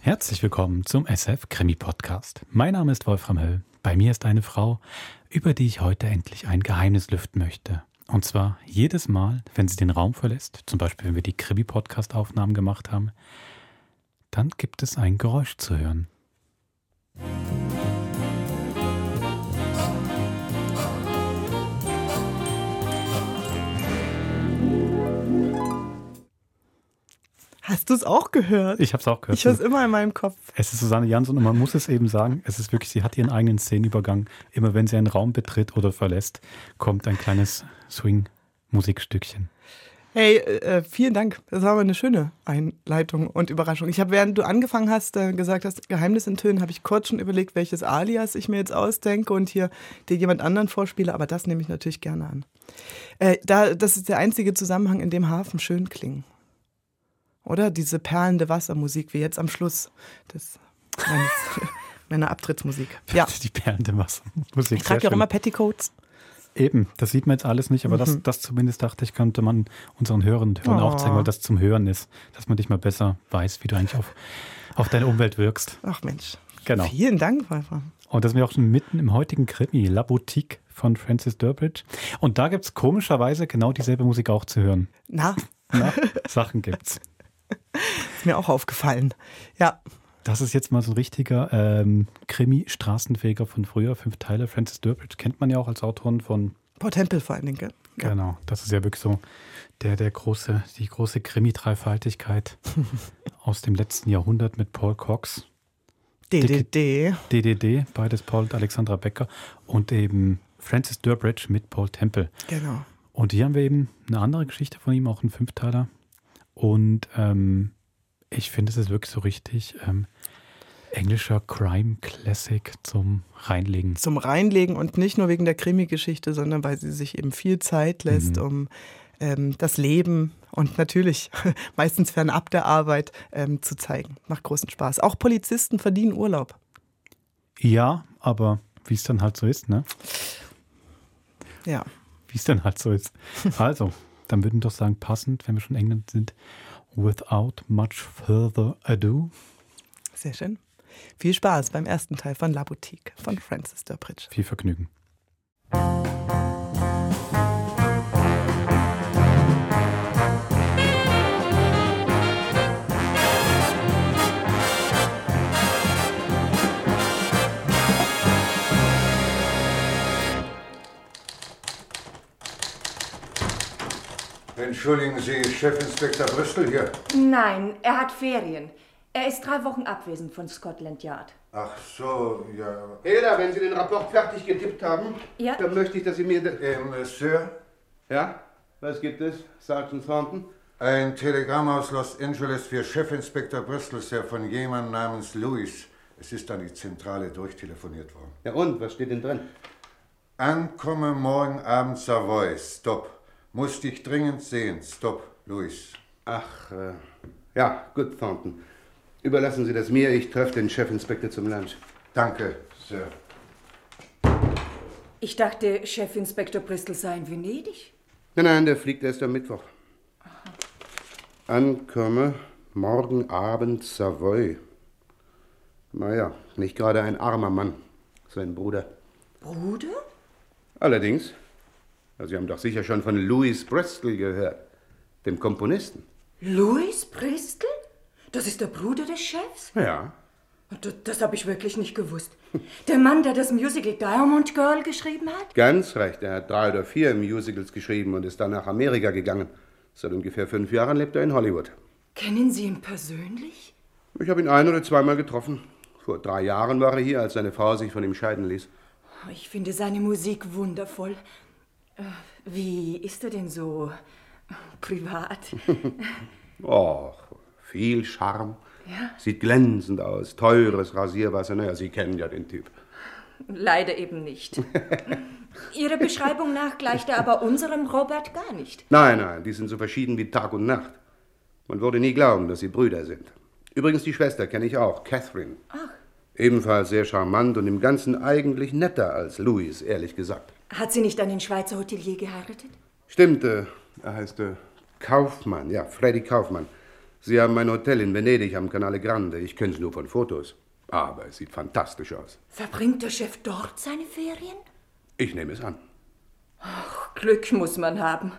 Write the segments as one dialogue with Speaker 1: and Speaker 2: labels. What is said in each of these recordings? Speaker 1: Herzlich willkommen zum SF Krimi Podcast. Mein Name ist Wolfram Höll. Bei mir ist eine Frau, über die ich heute endlich ein Geheimnis lüften möchte. Und zwar jedes Mal, wenn sie den Raum verlässt, zum Beispiel wenn wir die Krimi Podcast Aufnahmen gemacht haben, dann gibt es ein Geräusch zu hören.
Speaker 2: Hast du es auch gehört?
Speaker 1: Ich habe es auch gehört.
Speaker 2: Ich höre es immer in meinem Kopf.
Speaker 1: Es ist Susanne Jansson und man muss es eben sagen, es ist wirklich, sie hat ihren eigenen Szenenübergang. Immer wenn sie einen Raum betritt oder verlässt, kommt ein kleines Swing-Musikstückchen.
Speaker 2: Hey, äh, vielen Dank. Das war aber eine schöne Einleitung und Überraschung. Ich habe, während du angefangen hast, äh, gesagt hast, Geheimnis in Tönen, habe ich kurz schon überlegt, welches Alias ich mir jetzt ausdenke und hier dir jemand anderen vorspiele, aber das nehme ich natürlich gerne an. Äh, da, das ist der einzige Zusammenhang, in dem Hafen schön klingen. Oder diese perlende Wassermusik, wie jetzt am Schluss des, meines, meiner Abtrittsmusik. Ja.
Speaker 1: Die perlende Wassermusik.
Speaker 2: Ich trage ja auch immer Petticoats.
Speaker 1: Eben, das sieht man jetzt alles nicht, aber
Speaker 2: Mhm.
Speaker 1: das, das zumindest dachte ich, könnte man unseren Hörern, und Hörern
Speaker 2: Oh.
Speaker 1: aufzeigen, weil das zum Hören ist, dass man dich mal besser weiß, wie du eigentlich auf, auf deine Umwelt wirkst.
Speaker 2: Ach Mensch.
Speaker 1: Genau.
Speaker 2: Vielen Dank, Wolfram.
Speaker 1: Und das sind wir auch schon mitten im heutigen Krimi, La Boutique von Francis Durbridge. Und da gibt es komischerweise genau dieselbe Musik auch zu hören.
Speaker 2: Na,
Speaker 1: Na, Sachen gibt's.
Speaker 2: ist mir auch aufgefallen. Ja,
Speaker 1: Das ist jetzt mal so ein richtiger ähm, Krimi-Straßenfeger von früher, fünf Teile. Francis Durbridge kennt man ja auch als Autorin von
Speaker 2: Paul Temple vor allen Dingen. gell? Ja.
Speaker 1: Genau, das ist ja wirklich so der, der große, die große Krimi-Dreifaltigkeit aus dem letzten Jahrhundert mit Paul Cox,
Speaker 2: DDD.
Speaker 1: DDD, beides Paul und Alexandra Becker und eben Francis Durbridge mit Paul Temple.
Speaker 2: Genau.
Speaker 1: Und hier haben wir eben eine andere Geschichte von ihm, auch einen Fünfteiler. Und ähm, ich finde, es ist wirklich so richtig ähm, englischer Crime-Classic zum Reinlegen.
Speaker 2: Zum Reinlegen und nicht nur wegen der Krimi-Geschichte, sondern weil sie sich eben viel Zeit
Speaker 1: Mhm.
Speaker 2: lässt, um ähm, das Leben und natürlich meistens fernab der Arbeit ähm, zu zeigen. Macht großen Spaß. Auch Polizisten verdienen Urlaub.
Speaker 1: Ja, aber wie es dann halt so ist, ne?
Speaker 2: Ja.
Speaker 1: wie es dann halt so ist. Also, dann würden wir doch sagen, passend, wenn wir schon in England sind, without much further ado.
Speaker 2: Sehr schön. Viel Spaß beim ersten Teil von La Boutique von Francis Durbridge.
Speaker 1: Viel Vergnügen.
Speaker 3: Entschuldigen Sie, Chefinspektor Bristol hier.
Speaker 4: Nein, er hat Ferien. Er ist drei Wochen abwesend von Scotland Yard.
Speaker 3: Ach so, ja.
Speaker 5: Heda, wenn Sie den Rapport fertig getippt haben,
Speaker 4: Ja.
Speaker 5: dann möchte ich, dass Sie mir... de-
Speaker 3: Ähm, Sir,
Speaker 5: Ja? Was gibt es, Sergeant Thornton?
Speaker 3: ein Telegramm aus Los Angeles für Chefinspektor Bristol, Sir, von jemandem namens Louis. Es ist an die Zentrale durchtelefoniert worden.
Speaker 5: Ja und, was steht denn drin?
Speaker 3: Ankomme morgen Abend Savoy. Stop. Muss dich dringend sehen. Stop, Louis.
Speaker 5: Ach, äh, ja, gut, Thornton. Überlassen Sie das mir, ich treffe den Chefinspektor zum Lunch.
Speaker 3: Danke, Sir.
Speaker 4: Ich dachte, Chefinspektor Bristol sei in Venedig.
Speaker 5: Nein, nein, der fliegt erst am Mittwoch. Ankomme morgen Abend Savoy. Naja, nicht gerade ein armer Mann, sein Bruder.
Speaker 4: Bruder?
Speaker 5: Allerdings, na, Sie haben doch sicher schon von Louis Bristol gehört, dem Komponisten.
Speaker 4: Louis Bristol? Das ist der Bruder des Chefs?
Speaker 5: Ja,
Speaker 4: Das, das habe ich wirklich nicht gewusst. Der Mann, der das Musical Diamond Girl geschrieben hat?
Speaker 5: Ganz recht, er hat drei oder vier Musicals geschrieben und ist dann nach Amerika gegangen. Seit ungefähr fünf Jahren lebt er in Hollywood.
Speaker 4: Kennen Sie ihn persönlich?
Speaker 5: Ich habe ihn ein oder zweimal getroffen. Vor drei Jahren war er hier, als seine Frau sich von ihm scheiden ließ.
Speaker 4: Ich finde seine Musik wundervoll. Äh, Wie ist er denn so privat?
Speaker 5: Och, viel Charme.
Speaker 4: Ja.
Speaker 5: Sieht glänzend aus, teures Rasierwasser. Naja, Sie kennen ja den Typ.
Speaker 4: Leider eben nicht. Ihrer Beschreibung nach gleicht er aber unserem Robert gar nicht.
Speaker 5: Nein, nein, die sind so verschieden wie Tag und Nacht. Man würde nie glauben, dass sie Brüder sind. Übrigens, die Schwester kenne ich auch, Catherine. Ach. Ebenfalls sehr charmant und im Ganzen eigentlich netter als Louis, ehrlich gesagt.
Speaker 4: Hat sie nicht einen Schweizer Hotelier geheiratet?
Speaker 5: Stimmt, äh, er heißt äh, Kaufmann, ja, Freddy Kaufmann. Sie haben ein Hotel in Venedig am Canale Grande. Ich kenne es nur von Fotos. Aber es sieht fantastisch aus.
Speaker 4: Verbringt der Chef dort seine Ferien?
Speaker 5: Ich nehme es an.
Speaker 4: Ach, Glück muss man haben.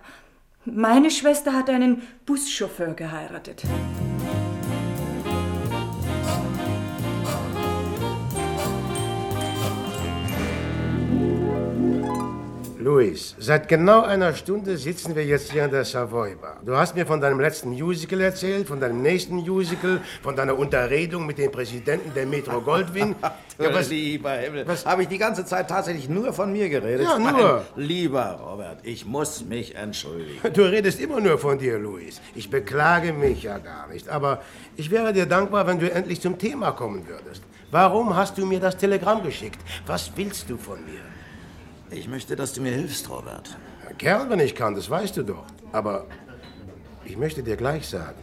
Speaker 4: Meine Schwester hat einen Buschauffeur geheiratet.
Speaker 6: Luis, seit genau einer Stunde sitzen wir jetzt hier in der Savoy Bar. Du hast mir von deinem letzten Musical erzählt, von deinem nächsten Musical, von deiner Unterredung mit dem Präsidenten der Metro Goldwyn.
Speaker 7: Ja, was, lieber Himmel, habe ich die ganze Zeit tatsächlich nur von mir geredet?
Speaker 6: Ja, nur.
Speaker 7: Nein, lieber Robert, ich muss mich entschuldigen.
Speaker 6: Du redest immer nur von dir, Luis. Ich beklage mich ja gar nicht, aber ich wäre dir dankbar, wenn du endlich zum Thema kommen würdest. Warum hast du mir das Telegramm geschickt? Was willst du von mir?
Speaker 7: Ich möchte, dass du mir hilfst, Robert.
Speaker 6: Kerl, wenn ich kann, das weißt du doch. Aber ich möchte dir gleich sagen,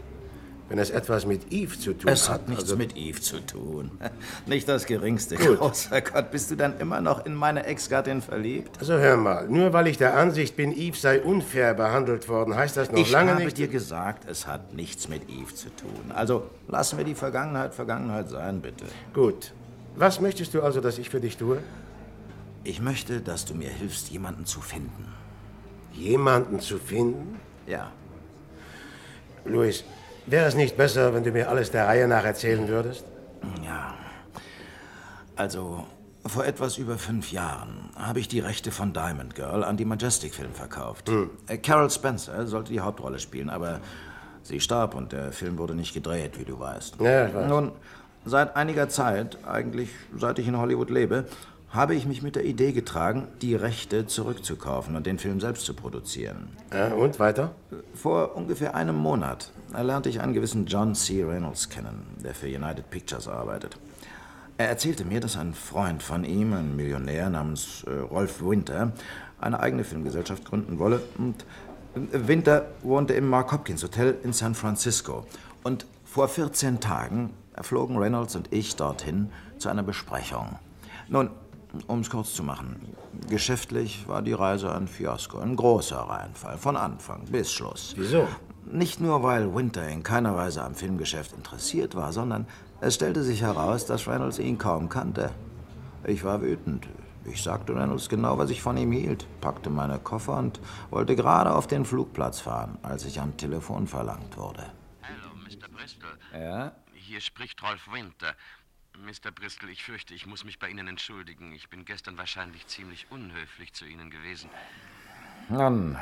Speaker 6: wenn es etwas mit Eve zu tun
Speaker 7: Es
Speaker 6: hat.
Speaker 7: hat nichts
Speaker 6: also-
Speaker 7: mit Eve zu tun. Nicht das geringste.
Speaker 6: Gut.
Speaker 7: Großer Gott, bist du dann immer noch in meine Ex-Gattin verliebt?
Speaker 6: Also hör mal, nur weil ich der Ansicht bin, Eve sei unfair behandelt worden, heißt das noch
Speaker 7: ich
Speaker 6: lange
Speaker 7: habe
Speaker 6: nicht.
Speaker 7: dir gesagt, es hat nichts mit Eve zu tun. Also lassen wir die Vergangenheit Vergangenheit sein, bitte.
Speaker 6: Gut. Was möchtest du also, dass ich für dich tue?
Speaker 7: Ich möchte, dass du mir hilfst, jemanden zu finden.
Speaker 6: Jemanden zu finden?
Speaker 7: Ja.
Speaker 6: Luis, wäre es nicht besser, wenn du mir alles der Reihe nach erzählen würdest?
Speaker 7: Ja. Also, vor etwas über fünf Jahren habe ich die Rechte von Diamond Girl an die Majestic Film verkauft.
Speaker 6: Hm.
Speaker 7: Äh, Carol Spencer sollte die Hauptrolle spielen, aber sie starb und der Film wurde nicht gedreht, wie du weißt.
Speaker 6: Ja, ich weiß.
Speaker 7: Nun, seit einiger Zeit, eigentlich seit ich in Hollywood lebe, habe ich mich mit der Idee getragen, die Rechte zurückzukaufen und den Film selbst zu produzieren.
Speaker 6: Ja, und weiter?
Speaker 7: Vor ungefähr einem Monat lernte ich einen gewissen John C. Reynolds kennen, der für United Pictures arbeitet. Er erzählte mir, dass ein Freund von ihm, ein Millionär namens äh, Rolf Winter, eine eigene Filmgesellschaft gründen wolle. Und äh, Winter wohnte im Mark Hopkins Hotel in San Francisco. Und vor 14 Tagen flogen Reynolds und ich dorthin zu einer Besprechung. Nun, um es kurz zu machen. Geschäftlich war die Reise ein Fiasko, ein großer Reinfall, von Anfang bis Schluss.
Speaker 6: Wieso?
Speaker 7: Nicht nur, weil Winter in keiner Weise am Filmgeschäft interessiert war, sondern es stellte sich heraus, dass Reynolds ihn kaum kannte. Ich war wütend. Ich sagte Reynolds genau, was ich von ihm hielt, packte meine Koffer und wollte gerade auf den Flugplatz fahren, als ich am Telefon verlangt wurde.
Speaker 8: Hallo, Mr. Bristol.
Speaker 7: Ja?
Speaker 8: Hier spricht Rolf Winter. Mr. Bristol, ich fürchte, ich muss mich bei Ihnen entschuldigen. Ich bin gestern wahrscheinlich ziemlich unhöflich zu Ihnen gewesen.
Speaker 7: Nun,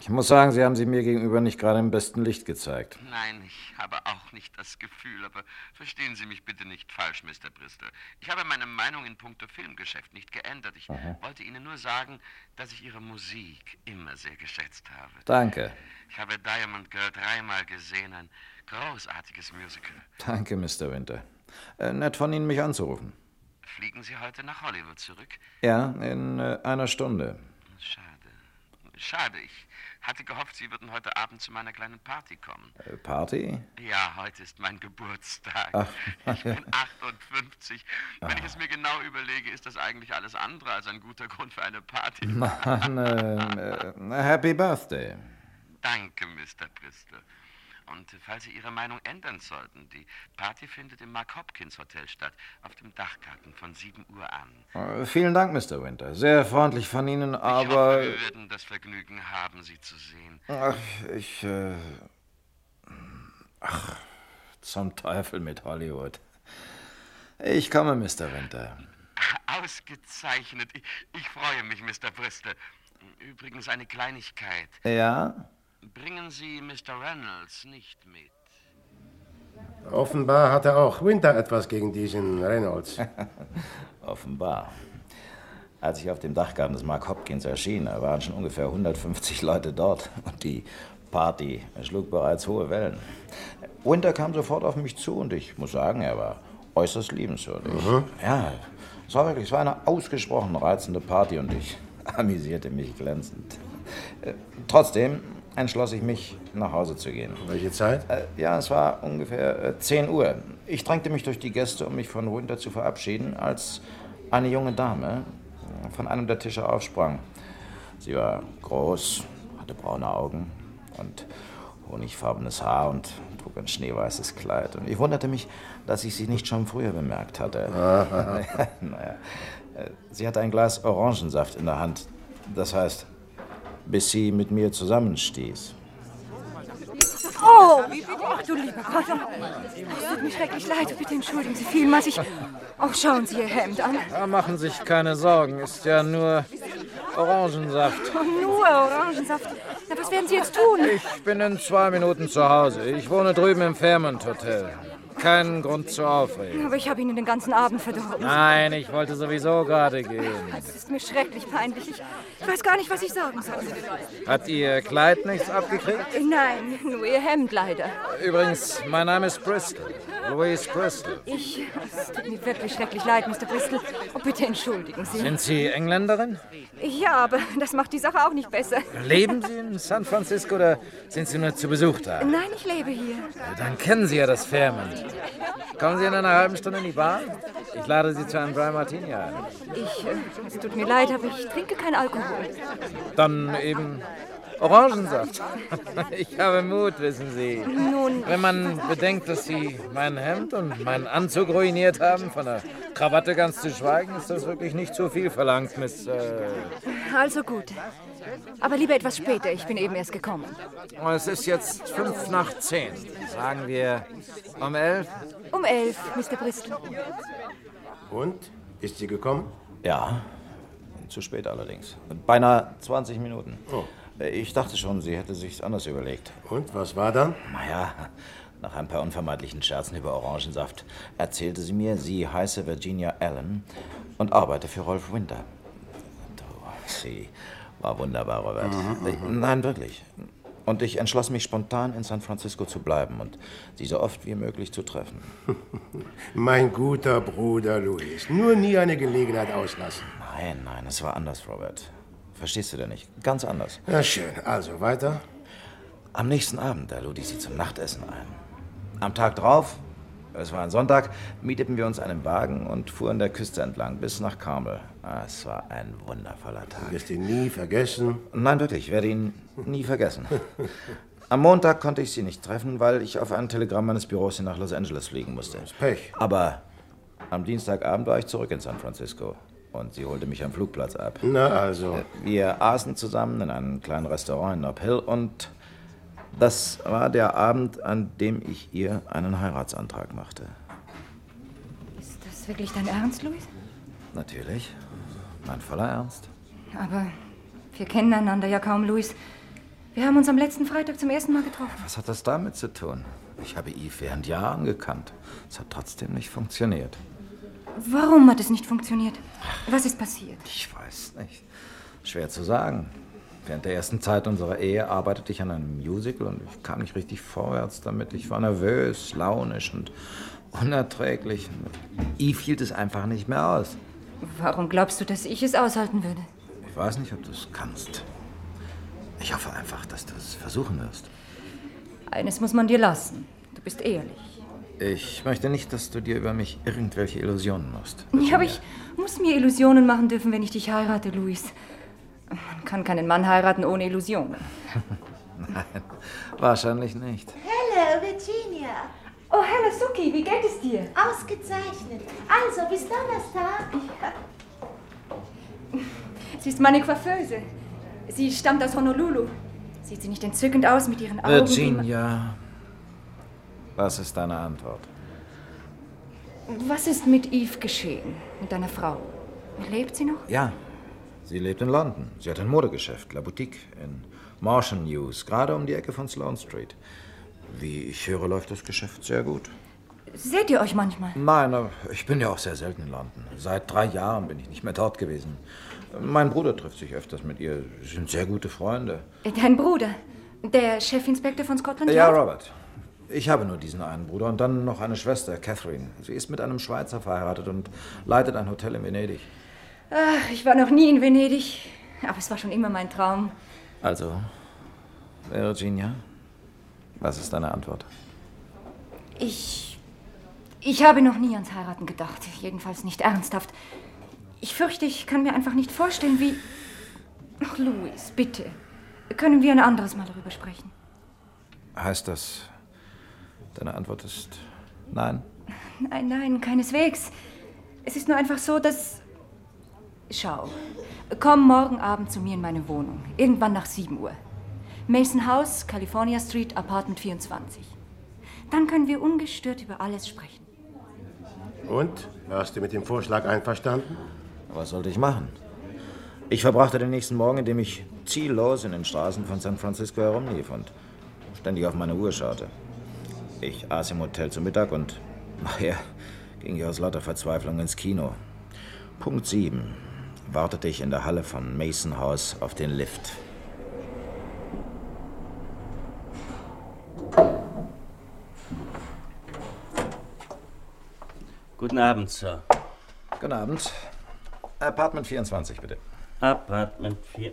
Speaker 7: ich muss sagen, Sie haben sie mir gegenüber nicht gerade im besten Licht gezeigt.
Speaker 8: Nein, ich habe auch nicht das Gefühl, aber verstehen Sie mich bitte nicht falsch, Mr. Bristol. Ich habe meine Meinung in puncto Filmgeschäft nicht geändert. Ich wollte Ihnen nur sagen, dass ich Ihre Musik immer sehr geschätzt habe.
Speaker 7: Danke.
Speaker 8: Ich habe Diamond Girl dreimal gesehen, ein großartiges Musical.
Speaker 7: Danke, Mr. Winter. Äh, nett von Ihnen, mich anzurufen.
Speaker 8: Fliegen Sie heute nach Hollywood zurück?
Speaker 7: Ja, in äh, einer Stunde.
Speaker 8: Schade. Schade, ich hatte gehofft, Sie würden heute Abend zu meiner kleinen Party kommen.
Speaker 7: Äh, Party?
Speaker 8: Ja, heute ist mein Geburtstag.
Speaker 7: Ach. Ah.
Speaker 8: Ich bin 58. Wenn ich es mir genau überlege, ist das eigentlich alles andere als ein guter Grund für eine Party.
Speaker 7: Mann, äh, äh, Happy Birthday.
Speaker 8: Danke, Mr. Bristol. Und äh, falls Sie Ihre Meinung ändern sollten, die Party findet im Mark Hopkins Hotel statt, auf dem Dachgarten von 7 Uhr an.
Speaker 7: Äh, Vielen Dank, Mr. Winter. Sehr freundlich von Ihnen,
Speaker 8: ich
Speaker 7: aber.
Speaker 8: hoffe, wir werden das Vergnügen haben, Sie zu sehen.
Speaker 7: Ach, ich. Äh, ach, zum Teufel mit Hollywood. Ich komme, Mr. Winter.
Speaker 8: Ausgezeichnet. Ich, ich freue mich, Mr. Bristol. Übrigens eine Kleinigkeit.
Speaker 7: Ja?
Speaker 8: Bringen Sie Mr. Reynolds nicht mit.
Speaker 6: Offenbar hatte auch Winter etwas gegen diesen Reynolds.
Speaker 7: Offenbar. Als ich auf dem Dachgarten des Mark Hopkins erschien, da waren schon ungefähr 150 Leute dort und die Party schlug bereits hohe Wellen. Winter kam sofort auf mich zu und ich muss sagen, er war äußerst liebenswürdig.
Speaker 6: Mhm.
Speaker 7: Ja, es war wirklich, es war eine ausgesprochen reizende Party und ich amüsierte mich glänzend. Äh, Trotzdem entschloss ich mich, nach Hause zu gehen.
Speaker 6: Welche Zeit?
Speaker 7: Äh, Ja, es war ungefähr äh, 10 Uhr. Ich drängte mich durch die Gäste, um mich von Winter zu verabschieden, als eine junge Dame äh, von einem der Tische aufsprang. Sie war groß, hatte braune Augen und honigfarbenes Haar und Anzug und schneeweißes Kleid. Und ich wunderte mich, dass ich sie nicht schon früher bemerkt hatte. naja. äh, Sie hatte ein Glas Orangensaft in der Hand. Das heißt, bis sie mit mir zusammenstieß.
Speaker 9: Oh, ach du lieber Gott. Es tut mir schrecklich leid. Bitte entschuldigen Sie vielmals. Ich. Oh, schauen Sie Ihr Hemd an.
Speaker 10: Da machen sich keine Sorgen, ist ja nur Orangensaft.
Speaker 9: Oh, nur Orangensaft. Na, was werden Sie jetzt tun?
Speaker 10: Ich bin in zwei Minuten zu Hause. Ich wohne drüben im Fairmont Hotel. Keinen Grund zur Aufregung.
Speaker 9: Aber ich habe Ihnen den ganzen Abend verdorben.
Speaker 10: Nein, ich wollte sowieso gerade gehen.
Speaker 9: Es ist mir schrecklich peinlich. Ich ich weiß gar nicht, was ich sagen soll. Äh,
Speaker 10: Hat Ihr Kleid nichts abgekriegt?
Speaker 9: Nein, nur Ihr Hemd leider.
Speaker 10: Übrigens, mein Name ist Bristol. Louis Bristol.
Speaker 9: Ich. Es tut mir wirklich schrecklich leid, Mr. Bristol. Oh, bitte entschuldigen Sie.
Speaker 10: Sind Sie Engländerin?
Speaker 9: Ja, aber das macht die Sache auch nicht besser.
Speaker 10: Leben Sie in San Francisco oder sind Sie nur zu Besuch da?
Speaker 9: Nein, ich lebe hier.
Speaker 10: Dann kennen Sie ja das Fairmont. Kommen Sie in einer halben Stunde in die Bar? Ich lade Sie zu einem Dry Martini ein.
Speaker 9: Ich. äh, Es tut mir leid, aber ich trinke keinen Alkohol.
Speaker 10: Dann eben Orangensaft. Ich habe Mut, wissen Sie.
Speaker 9: Nun,
Speaker 10: Wenn man bedenkt, dass Sie mein Hemd und meinen Anzug ruiniert haben, von der Krawatte ganz zu schweigen, ist das wirklich nicht zu viel verlangt, Miss. Äh,
Speaker 9: also gut. Aber lieber etwas später. Ich bin eben erst gekommen.
Speaker 10: Oh, es ist jetzt fünf nach zehn. Sagen wir um elf.
Speaker 9: Um elf, Mr. Bristol.
Speaker 6: Und? Ist sie gekommen?
Speaker 7: Ja, zu spät allerdings. Beinahe 20 Minuten. Ich dachte schon, sie hätte sich's anders überlegt.
Speaker 6: Oh. Und was war dann?
Speaker 7: Naja, nach ein paar unvermeidlichen Scherzen über Orangensaft erzählte sie mir, sie heiße Virginia Allen und arbeite für Rolf Winter. Du, sie war wunderbar, Robert.
Speaker 6: Mhm,
Speaker 7: Ich- Nein, wirklich. Und ich entschloss mich spontan in San Francisco zu bleiben und sie so oft wie möglich zu treffen.
Speaker 6: Mein guter Bruder Luis. Nur nie eine Gelegenheit auslassen.
Speaker 7: Nein, nein, es war anders, Robert. Verstehst du denn nicht? Ganz anders.
Speaker 6: Na schön, also weiter.
Speaker 7: Am nächsten Abend, da lud ich sie zum Nachtessen ein. Am Tag drauf, es war ein Sonntag, mieteten wir uns einen Wagen und fuhren der Küste entlang bis nach Carmel. Ah, Es war ein wundervoller
Speaker 6: Du
Speaker 7: Tag.
Speaker 6: wirst ihn nie vergessen.
Speaker 7: Nein, wirklich, ich werde ihn nie vergessen. Am Montag konnte ich sie nicht treffen, weil ich auf ein Telegramm meines Büros hier nach Los Angeles fliegen musste.
Speaker 6: Pech.
Speaker 7: Aber am Dienstagabend war ich zurück in San Francisco und sie holte mich am Flugplatz ab. Äh,
Speaker 6: Na also.
Speaker 7: Wir aßen zusammen in einem kleinen Restaurant in Uphill und das war der Abend, an dem ich ihr einen Heiratsantrag machte.
Speaker 9: Ist das wirklich dein Ernst, Louis?
Speaker 7: Natürlich, mein voller Ernst.
Speaker 9: Aber wir kennen einander ja kaum, Louis. Wir haben uns am letzten Freitag zum ersten Mal getroffen.
Speaker 7: Was hat das damit zu tun? Ich habe Eve während Jahren gekannt. Es hat trotzdem nicht funktioniert.
Speaker 9: Warum hat es nicht funktioniert? Was ist passiert?
Speaker 7: Ich weiß nicht. Schwer zu sagen. Während der ersten Zeit unserer Ehe arbeitete ich an einem Musical und ich kam nicht richtig vorwärts damit. Ich war nervös, launisch und unerträglich. Eve hielt es einfach nicht mehr aus.
Speaker 9: Warum glaubst du, dass ich es aushalten würde?
Speaker 7: Ich weiß nicht, ob du es kannst. Ich hoffe einfach, dass du es versuchen wirst.
Speaker 9: Eines muss man dir lassen. Du bist ehrlich.
Speaker 7: Ich möchte nicht, dass du dir über mich irgendwelche Illusionen machst.
Speaker 9: Ja, aber ich muss mir Illusionen machen dürfen, wenn ich dich heirate, Louis. Man kann keinen Mann heiraten ohne Illusionen.
Speaker 7: Nein, wahrscheinlich nicht.
Speaker 11: Hallo, Virginia.
Speaker 9: Oh, Hella Suki, wie geht es dir?
Speaker 11: Ausgezeichnet. Also, bis Donnerstag.
Speaker 9: Sie ist meine Coiffeuse. Sie stammt aus Honolulu. Sieht sie nicht entzückend aus mit ihren Augen? die man-
Speaker 7: Virginia, was ist deine Antwort?
Speaker 9: Was ist mit Eve geschehen? Mit deiner Frau? Lebt sie noch?
Speaker 7: Ja, sie lebt in London. Sie hat ein Modegeschäft, La Boutique, in Martian News, gerade um die Ecke von Sloane Street. Wie ich höre, läuft das Geschäft sehr gut.
Speaker 9: Seht ihr euch manchmal?
Speaker 7: Nein, aber ich bin ja auch sehr selten in London. Seit drei Jahren bin ich nicht mehr dort gewesen. Mein Bruder trifft sich öfters mit ihr. Sie sind sehr gute Freunde.
Speaker 9: Dein Bruder, der Chefinspektor von Scotland
Speaker 7: Ja,
Speaker 9: Yard?
Speaker 7: Robert. Ich habe nur diesen einen Bruder und dann noch eine Schwester, Catherine. Sie ist mit einem Schweizer verheiratet und leitet ein Hotel in Venedig.
Speaker 9: Ach, ich war noch nie in Venedig, aber es war schon immer mein Traum.
Speaker 7: Also, Virginia, was ist deine Antwort?
Speaker 9: Ich. Ich habe noch nie ans Heiraten gedacht. Jedenfalls nicht ernsthaft. Ich fürchte, ich kann mir einfach nicht vorstellen, wie. Ach, Louis, bitte. Können wir ein anderes Mal darüber sprechen?
Speaker 7: Heißt das, Deine Antwort ist nein.
Speaker 9: Nein, nein, keineswegs. Es ist nur einfach so, dass. Schau, komm morgen Abend zu mir in meine Wohnung. Irgendwann nach 7 Uhr. Mason House, California Street, Apartment 24. Dann können wir ungestört über alles sprechen.
Speaker 6: Und? Warst du mit dem Vorschlag einverstanden?
Speaker 7: Was sollte ich machen? Ich verbrachte den nächsten Morgen, indem ich ziellos in den Straßen von San Francisco herumlief und ständig auf meine Uhr schaute. Ich aß im Hotel zu Mittag und nachher ging ich aus lauter Verzweiflung ins Kino. Punkt 7 wartete ich in der Halle von Mason House auf den Lift.
Speaker 12: Guten Abend, Sir.
Speaker 7: Guten Abend. Apartment 24, bitte.
Speaker 12: Apartment 4.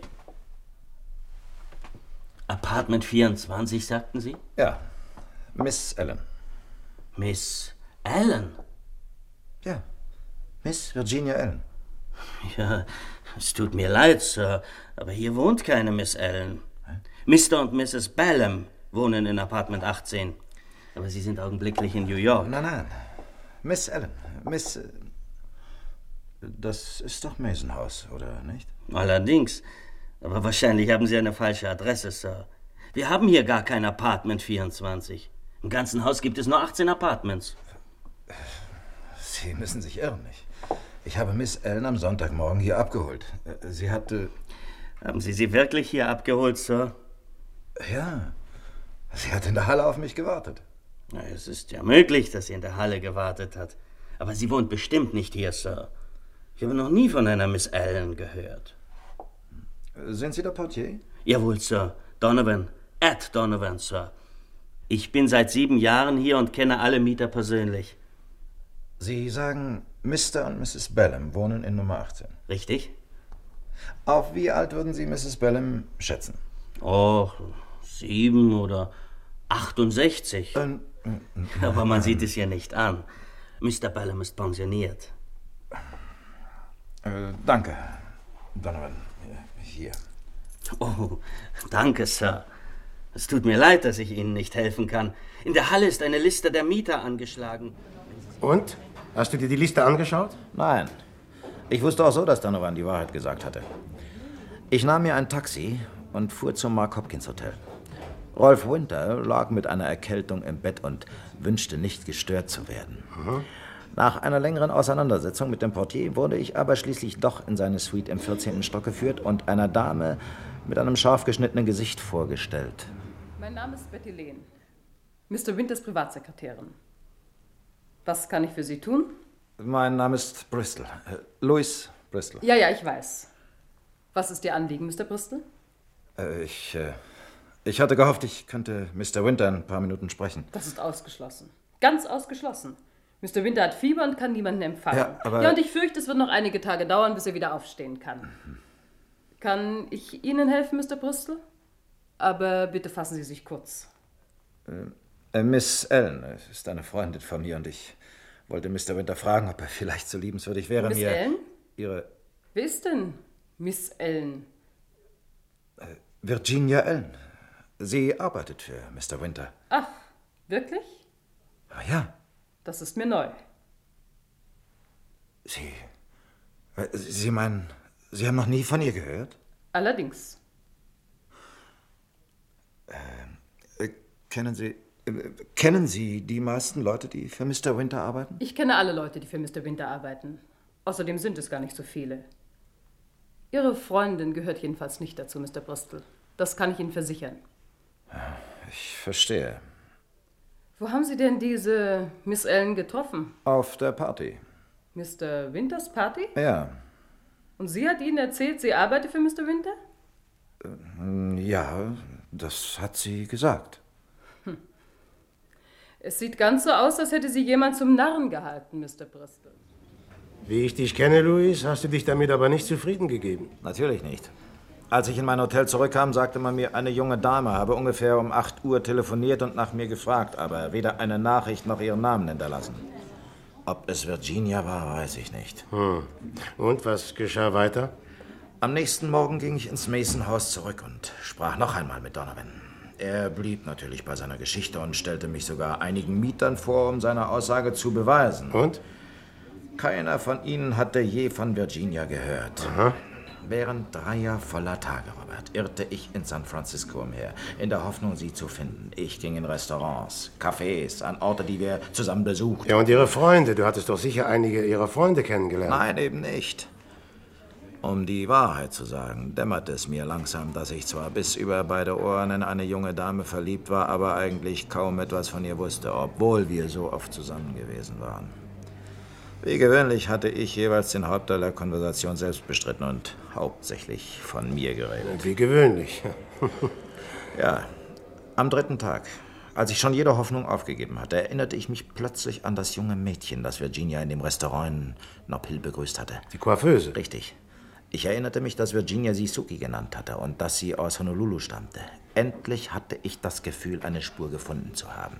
Speaker 12: Apartment 24, sagten Sie?
Speaker 7: Ja. Miss Allen.
Speaker 12: Miss Allen?
Speaker 7: Ja. Miss Virginia Allen.
Speaker 12: Ja, es tut mir leid, Sir, aber hier wohnt keine Miss Allen. Mr. und Mrs. Ballum wohnen in Apartment 18. Aber Sie sind augenblicklich in New York.
Speaker 7: Nein, nein. Miss Allen. Miss. äh, Das ist doch Mason House, oder nicht?
Speaker 12: Allerdings. Aber wahrscheinlich haben Sie eine falsche Adresse, Sir. Wir haben hier gar kein Apartment 24. Im ganzen Haus gibt es nur 18 Apartments.
Speaker 7: Sie müssen sich irren, nicht? Ich habe Miss Allen am Sonntagmorgen hier abgeholt. Äh, Sie hatte.
Speaker 12: Haben Sie sie wirklich hier abgeholt, Sir?
Speaker 7: Ja. Sie hat in der Halle auf mich gewartet.
Speaker 12: Na, es ist ja möglich, dass sie in der Halle gewartet hat. Aber sie wohnt bestimmt nicht hier, Sir. Ich habe noch nie von einer Miss Allen gehört.
Speaker 7: Sind Sie der Portier?
Speaker 12: Jawohl, Sir. Donovan. Ed Donovan, Sir. Ich bin seit sieben Jahren hier und kenne alle Mieter persönlich.
Speaker 7: Sie sagen, Mr. und Mrs. Bellum wohnen in Nummer 18.
Speaker 12: Richtig?
Speaker 7: Auf wie alt würden Sie Mrs. Bellum schätzen?
Speaker 12: Oh, sieben oder 68.
Speaker 7: hm,
Speaker 12: Aber man sieht es ihr nicht an. Mr. Bellum ist pensioniert.
Speaker 7: Äh, danke, Donovan. Hier.
Speaker 12: Oh, danke, Sir. Es tut mir leid, dass ich Ihnen nicht helfen kann. In der Halle ist eine Liste der Mieter angeschlagen.
Speaker 7: Und? Hast du dir die Liste angeschaut? Nein. Ich wusste auch so, dass Donovan die Wahrheit gesagt hatte. Ich nahm mir ein Taxi und fuhr zum Mark Hopkins Hotel. Rolf Winter lag mit einer Erkältung im Bett und wünschte nicht gestört zu werden. Nach einer längeren Auseinandersetzung mit dem Portier wurde ich aber schließlich doch in seine Suite im 14. Stock geführt und einer Dame mit einem scharf geschnittenen Gesicht vorgestellt.
Speaker 13: Mein Name ist Betty Lehn, Mr. Winters Privatsekretärin. Was kann ich für Sie tun?
Speaker 7: Mein Name ist Bristol. Äh, Louis Bristol.
Speaker 13: Ja, ja, ich weiß. Was ist Ihr Anliegen, Mr. Bristol?
Speaker 7: Äh, Ich, äh, ich hatte gehofft, ich könnte Mr. Winter ein paar Minuten sprechen.
Speaker 13: Das ist ausgeschlossen. Ganz ausgeschlossen. Mr. Winter hat Fieber und kann niemanden empfangen.
Speaker 7: Ja, aber-
Speaker 13: ja, und ich fürchte, es wird noch einige Tage dauern, bis er wieder aufstehen kann. Kann ich Ihnen helfen, Mr. Bristol? Aber bitte fassen Sie sich kurz.
Speaker 7: Äh, Miss Ellen äh, ist eine Freundin von mir und ich wollte Mr. Winter fragen, ob er vielleicht so liebenswürdig wäre,
Speaker 13: Miss
Speaker 7: mir
Speaker 13: Ellen?
Speaker 7: ihre
Speaker 13: Wer ist denn Miss Ellen?
Speaker 7: Virginia Ellen. Sie arbeitet für Mr. Winter.
Speaker 13: Ach, wirklich?
Speaker 7: Ah ja,
Speaker 13: Das ist mir neu.
Speaker 7: Sie. äh, Sie meinen, Sie haben noch nie von ihr gehört?
Speaker 13: Allerdings.
Speaker 7: Äh, Kennen Sie. äh, Kennen Sie die meisten Leute, die für Mr. Winter arbeiten?
Speaker 13: Ich kenne alle Leute, die für Mr. Winter arbeiten. Außerdem sind es gar nicht so viele. Ihre Freundin gehört jedenfalls nicht dazu, Mr. Bristol. Das kann ich Ihnen versichern.
Speaker 7: Ich verstehe.
Speaker 13: Wo haben Sie denn diese Miss Ellen getroffen?
Speaker 7: Auf der Party.
Speaker 13: Mr. Winters Party?
Speaker 7: Ja.
Speaker 13: Und sie hat Ihnen erzählt, sie arbeite für Mr. Winter?
Speaker 7: Hm, Ja, das hat sie gesagt.
Speaker 13: Es sieht ganz so aus, als hätte sie jemand zum Narren gehalten, Mr. Bristol.
Speaker 6: Wie ich dich kenne, Louis, hast du dich damit aber nicht zufrieden gegeben.
Speaker 7: Natürlich nicht. Als ich in mein Hotel zurückkam, sagte man mir, eine junge Dame habe ungefähr um 8 Uhr telefoniert und nach mir gefragt, aber weder eine Nachricht noch ihren Namen hinterlassen. Ob es Virginia war, weiß ich nicht.
Speaker 6: Hm. Und was geschah weiter?
Speaker 7: Am nächsten Morgen ging ich ins Mason House zurück und sprach noch einmal mit Donovan. Er blieb natürlich bei seiner Geschichte und stellte mich sogar einigen Mietern vor, um seine Aussage zu beweisen. Und? Keiner von ihnen hatte je von Virginia gehört. Während dreier voller Tage, Robert, irrte ich in San Francisco umher, in der Hoffnung, sie zu finden. Ich ging in Restaurants, Cafés, an Orte, die wir zusammen besuchten.
Speaker 6: Ja, und Ihre Freunde. Du hattest doch sicher einige Ihrer Freunde kennengelernt.
Speaker 7: Nein, eben nicht. Um die Wahrheit zu sagen, dämmerte es mir langsam, dass ich zwar bis über beide Ohren in eine junge Dame verliebt war, aber eigentlich kaum etwas von ihr wusste, obwohl wir so oft zusammen gewesen waren. Wie gewöhnlich hatte ich jeweils den Hauptteil der Konversation selbst bestritten und hauptsächlich von mir geredet.
Speaker 6: Wie gewöhnlich.
Speaker 7: ja, am dritten Tag, als ich schon jede Hoffnung aufgegeben hatte, erinnerte ich mich plötzlich an das junge Mädchen, das Virginia in dem Restaurant in Nob Hill begrüßt hatte. Die
Speaker 6: Coiffeuse?
Speaker 7: Richtig. Ich erinnerte mich, dass Virginia sie Suki genannt hatte und dass sie aus Honolulu stammte. Endlich hatte ich das Gefühl, eine Spur gefunden zu haben.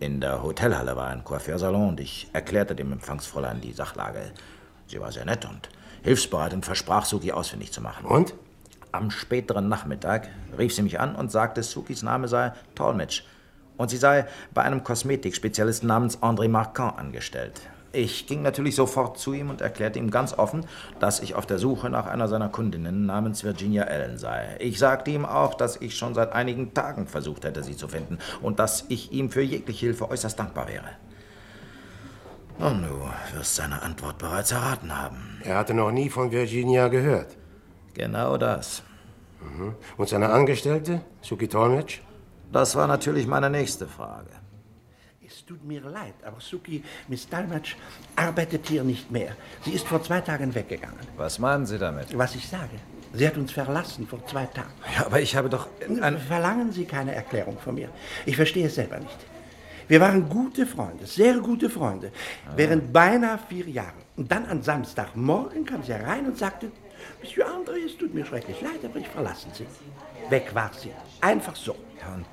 Speaker 7: In der Hotelhalle war ein Coiffeursalon und ich erklärte dem Empfangsfräulein die Sachlage. Sie war sehr nett und hilfsbereit und versprach, Suki ausfindig zu machen. Und? Am späteren Nachmittag rief sie mich an und sagte, Sukis Name sei Talmadge und sie sei bei einem Kosmetikspezialisten namens André Marquand angestellt. Ich ging natürlich sofort zu ihm und erklärte ihm ganz offen, dass ich auf der Suche nach einer seiner Kundinnen namens Virginia Allen sei. Ich sagte ihm auch, dass ich schon seit einigen Tagen versucht hätte, sie zu finden und dass ich ihm für jegliche Hilfe äußerst dankbar wäre. Und du wirst seine Antwort bereits erraten haben.
Speaker 6: Er hatte noch nie von Virginia gehört.
Speaker 7: Genau das.
Speaker 6: Mhm. Und seine Angestellte, Suki Tolmitsch?
Speaker 7: Das war natürlich meine nächste Frage.
Speaker 14: Es tut mir leid, aber Suki, Miss Dalmatsch arbeitet hier nicht mehr. Sie ist vor zwei Tagen weggegangen.
Speaker 7: Was meinen Sie damit?
Speaker 14: Was ich sage, sie hat uns verlassen vor zwei Tagen.
Speaker 7: Ja, aber ich habe doch...
Speaker 14: Verlangen Sie keine Erklärung von mir. Ich verstehe es selber nicht. Wir waren gute Freunde, sehr gute Freunde,
Speaker 7: Ah.
Speaker 14: während beinahe vier Jahren. Und dann am Samstagmorgen kam sie herein und sagte, Monsieur André, es tut mir schrecklich leid, aber ich verlassen Sie. Weg war sie. Einfach so.
Speaker 7: Und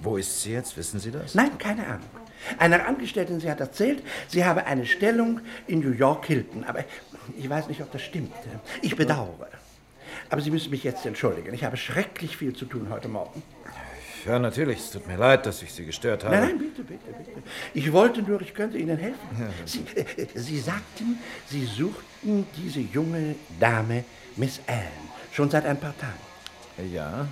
Speaker 7: wo ist sie jetzt? Wissen Sie das?
Speaker 14: Nein, keine Ahnung. Einer Angestellten, sie hat erzählt, sie habe eine Stellung in New York Hilton. Aber ich weiß nicht, ob das stimmt. Ich bedauere. Aber Sie müssen mich jetzt entschuldigen. Ich habe schrecklich viel zu tun heute Morgen.
Speaker 10: Ja, natürlich. Es tut mir leid, dass ich Sie gestört habe.
Speaker 14: Nein, nein, bitte, bitte, bitte. Ich wollte nur, ich könnte Ihnen helfen. Sie, äh, sie sagten, Sie suchten diese junge Dame, Miss Anne, schon seit ein paar Tagen.
Speaker 7: Ja.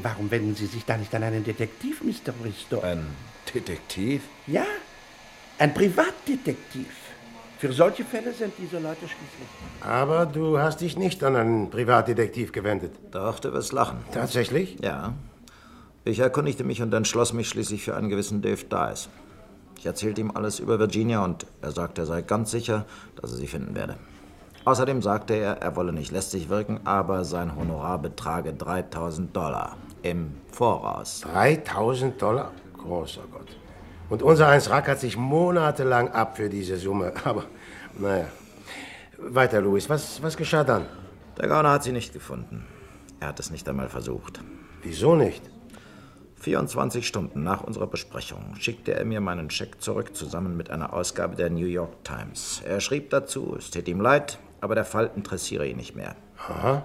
Speaker 14: Warum wenden Sie sich da nicht an einen Detektiv, Mr. Bristow? Ein
Speaker 7: Detektiv?
Speaker 14: Ja, ein Privatdetektiv. Für solche Fälle sind diese Leute schließlich.
Speaker 6: Aber du hast dich nicht an einen Privatdetektiv gewendet.
Speaker 7: Doch, du wirst lachen.
Speaker 6: Tatsächlich?
Speaker 7: Ja. Ich erkundigte mich und entschloss mich schließlich für einen gewissen Dave Dice. Ich erzählte ihm alles über Virginia und er sagte, er sei ganz sicher, dass er sie finden werde. Außerdem sagte er, er wolle nicht lästig wirken, aber sein Honorar betrage 3000 Dollar im Voraus.
Speaker 6: 3000 Dollar? Großer Gott. Und unser Eins rackert sich monatelang ab für diese Summe. Aber, naja. Weiter, Louis. Was, was geschah dann?
Speaker 7: Der Gauner hat sie nicht gefunden. Er hat es nicht einmal versucht.
Speaker 6: Wieso nicht?
Speaker 7: 24 Stunden nach unserer Besprechung schickte er mir meinen Scheck zurück zusammen mit einer Ausgabe der New York Times. Er schrieb dazu, es tät ihm leid, aber der Fall interessiere ihn nicht mehr.
Speaker 6: Aha.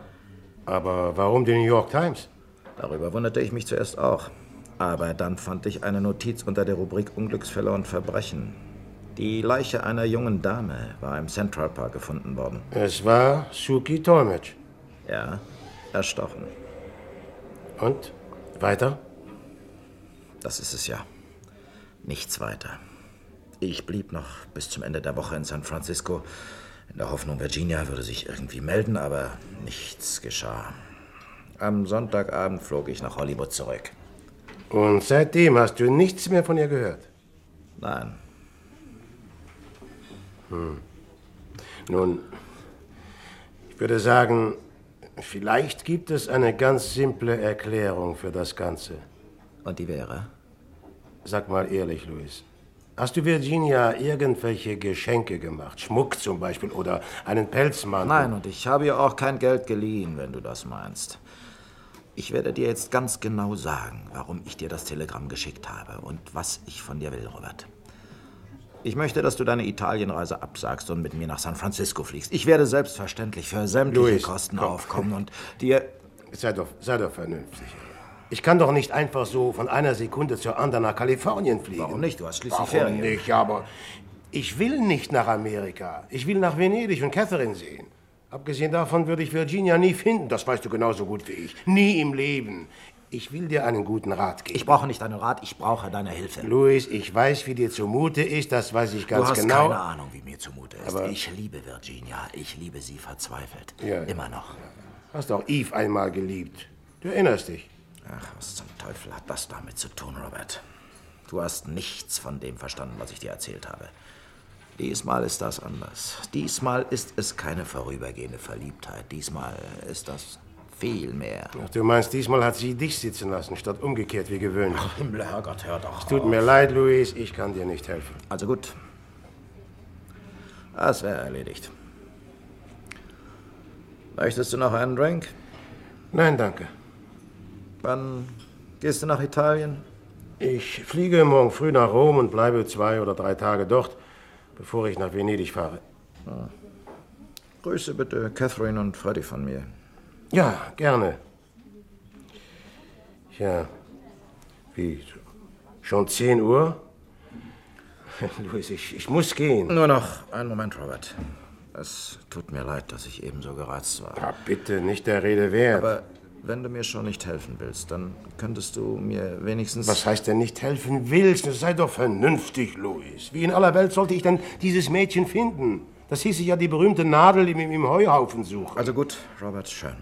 Speaker 6: Aber warum die New York Times?
Speaker 7: Darüber wunderte ich mich zuerst auch. Aber dann fand ich eine Notiz unter der Rubrik Unglücksfälle und Verbrechen. Die Leiche einer jungen Dame war im Central Park gefunden worden.
Speaker 6: Es war Suki Tolmetsch.
Speaker 7: Ja, erstochen.
Speaker 6: Und? Weiter?
Speaker 7: Das ist es ja. Nichts weiter. Ich blieb noch bis zum Ende der Woche in San Francisco, in der Hoffnung, Virginia würde sich irgendwie melden, aber nichts geschah. Am Sonntagabend flog ich nach Hollywood zurück.
Speaker 6: Und seitdem hast du nichts mehr von ihr gehört.
Speaker 7: Nein,
Speaker 6: Hm. Nun, ich würde sagen, vielleicht gibt es eine ganz simple Erklärung für das Ganze.
Speaker 7: Und die wäre?
Speaker 6: Sag mal ehrlich, Luis. Hast du Virginia irgendwelche Geschenke gemacht? Schmuck zum Beispiel oder einen Pelzmantel?
Speaker 7: Nein, und ich habe ihr auch kein Geld geliehen, wenn du das meinst. Ich werde dir jetzt ganz genau sagen, warum ich dir das Telegramm geschickt habe und was ich von dir will, Robert. Ich möchte, dass du deine Italienreise absagst und mit mir nach San Francisco fliegst. Ich werde selbstverständlich für sämtliche
Speaker 6: Luis,
Speaker 7: Kosten
Speaker 6: komm.
Speaker 7: aufkommen und dir...
Speaker 6: Sei doch, sei doch vernünftig. Ich kann doch nicht einfach so von einer Sekunde zur anderen nach Kalifornien fliegen. Warum
Speaker 7: nicht? Du hast schließlich
Speaker 6: Warum
Speaker 7: Ferien.
Speaker 6: nicht? Ja, aber ich will nicht nach Amerika. Ich will nach Venedig und Catherine sehen. Abgesehen davon würde ich Virginia nie finden. Das weißt du genauso gut wie ich. Nie im Leben. Ich will dir einen guten Rat geben. Ich
Speaker 7: brauche nicht deinen Rat, ich brauche deine Hilfe.
Speaker 6: Louis, ich weiß, wie dir zumute ist. Das weiß ich ganz
Speaker 7: du hast
Speaker 6: genau.
Speaker 7: keine Ahnung, wie mir zumute ist.
Speaker 6: Aber-
Speaker 7: ich liebe Virginia. Ich liebe sie verzweifelt.
Speaker 6: Ja.
Speaker 7: Immer noch.
Speaker 6: Hast auch Eve einmal geliebt. Du erinnerst dich.
Speaker 7: Ach, was zum Teufel hat das damit zu tun, Robert? Du hast nichts von dem verstanden, was ich dir erzählt habe. Diesmal ist das anders. Diesmal ist es keine vorübergehende Verliebtheit. Diesmal ist das viel mehr.
Speaker 6: Ach, du meinst, diesmal hat sie dich sitzen lassen, statt umgekehrt wie gewöhnlich. Ach,
Speaker 7: Himmel, Herrgott, hör doch.
Speaker 6: Es tut mir leid, Louis, ich kann dir nicht helfen.
Speaker 7: Also gut. Das wäre erledigt. Möchtest du noch einen Drink?
Speaker 6: Nein, danke.
Speaker 7: Wann gehst du nach Italien?
Speaker 6: Ich fliege morgen früh nach Rom und bleibe zwei oder drei Tage dort, bevor ich nach Venedig fahre.
Speaker 7: Ah. Grüße bitte Catherine und Freddy von mir.
Speaker 6: Ja, gerne. Ja, wie? Schon 10 Uhr? Louis, ich, ich muss gehen.
Speaker 7: Nur noch einen Moment, Robert. Es tut mir leid, dass ich eben so gereizt war.
Speaker 6: Ja, bitte, nicht der Rede wert.
Speaker 7: Aber wenn du mir schon nicht helfen willst, dann könntest du mir wenigstens...
Speaker 6: Was heißt denn nicht helfen willst? Sei doch vernünftig, Louis. Wie in aller Welt sollte ich denn dieses Mädchen finden? Das hieße ja die berühmte Nadel im, im- im Heuhaufen suchen.
Speaker 7: Also gut, Robert, schön.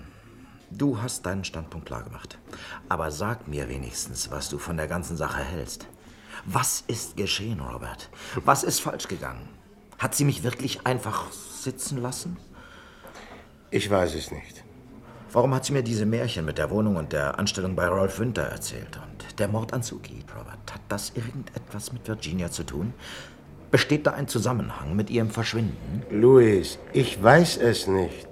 Speaker 7: Du hast deinen Standpunkt klar gemacht. Aber sag mir wenigstens, was du von der ganzen Sache hältst. Was ist geschehen, Robert? Was ist falsch gegangen? Hat sie mich wirklich einfach sitzen lassen?
Speaker 6: Ich weiß es nicht.
Speaker 7: Warum hat sie mir diese Märchen mit der Wohnung und der Anstellung bei Rolf Winter erzählt? Und der Mord an Suki, Robert, hat das irgendetwas mit Virginia zu tun? Besteht da ein Zusammenhang mit ihrem Verschwinden?
Speaker 6: Louis, ich weiß es nicht.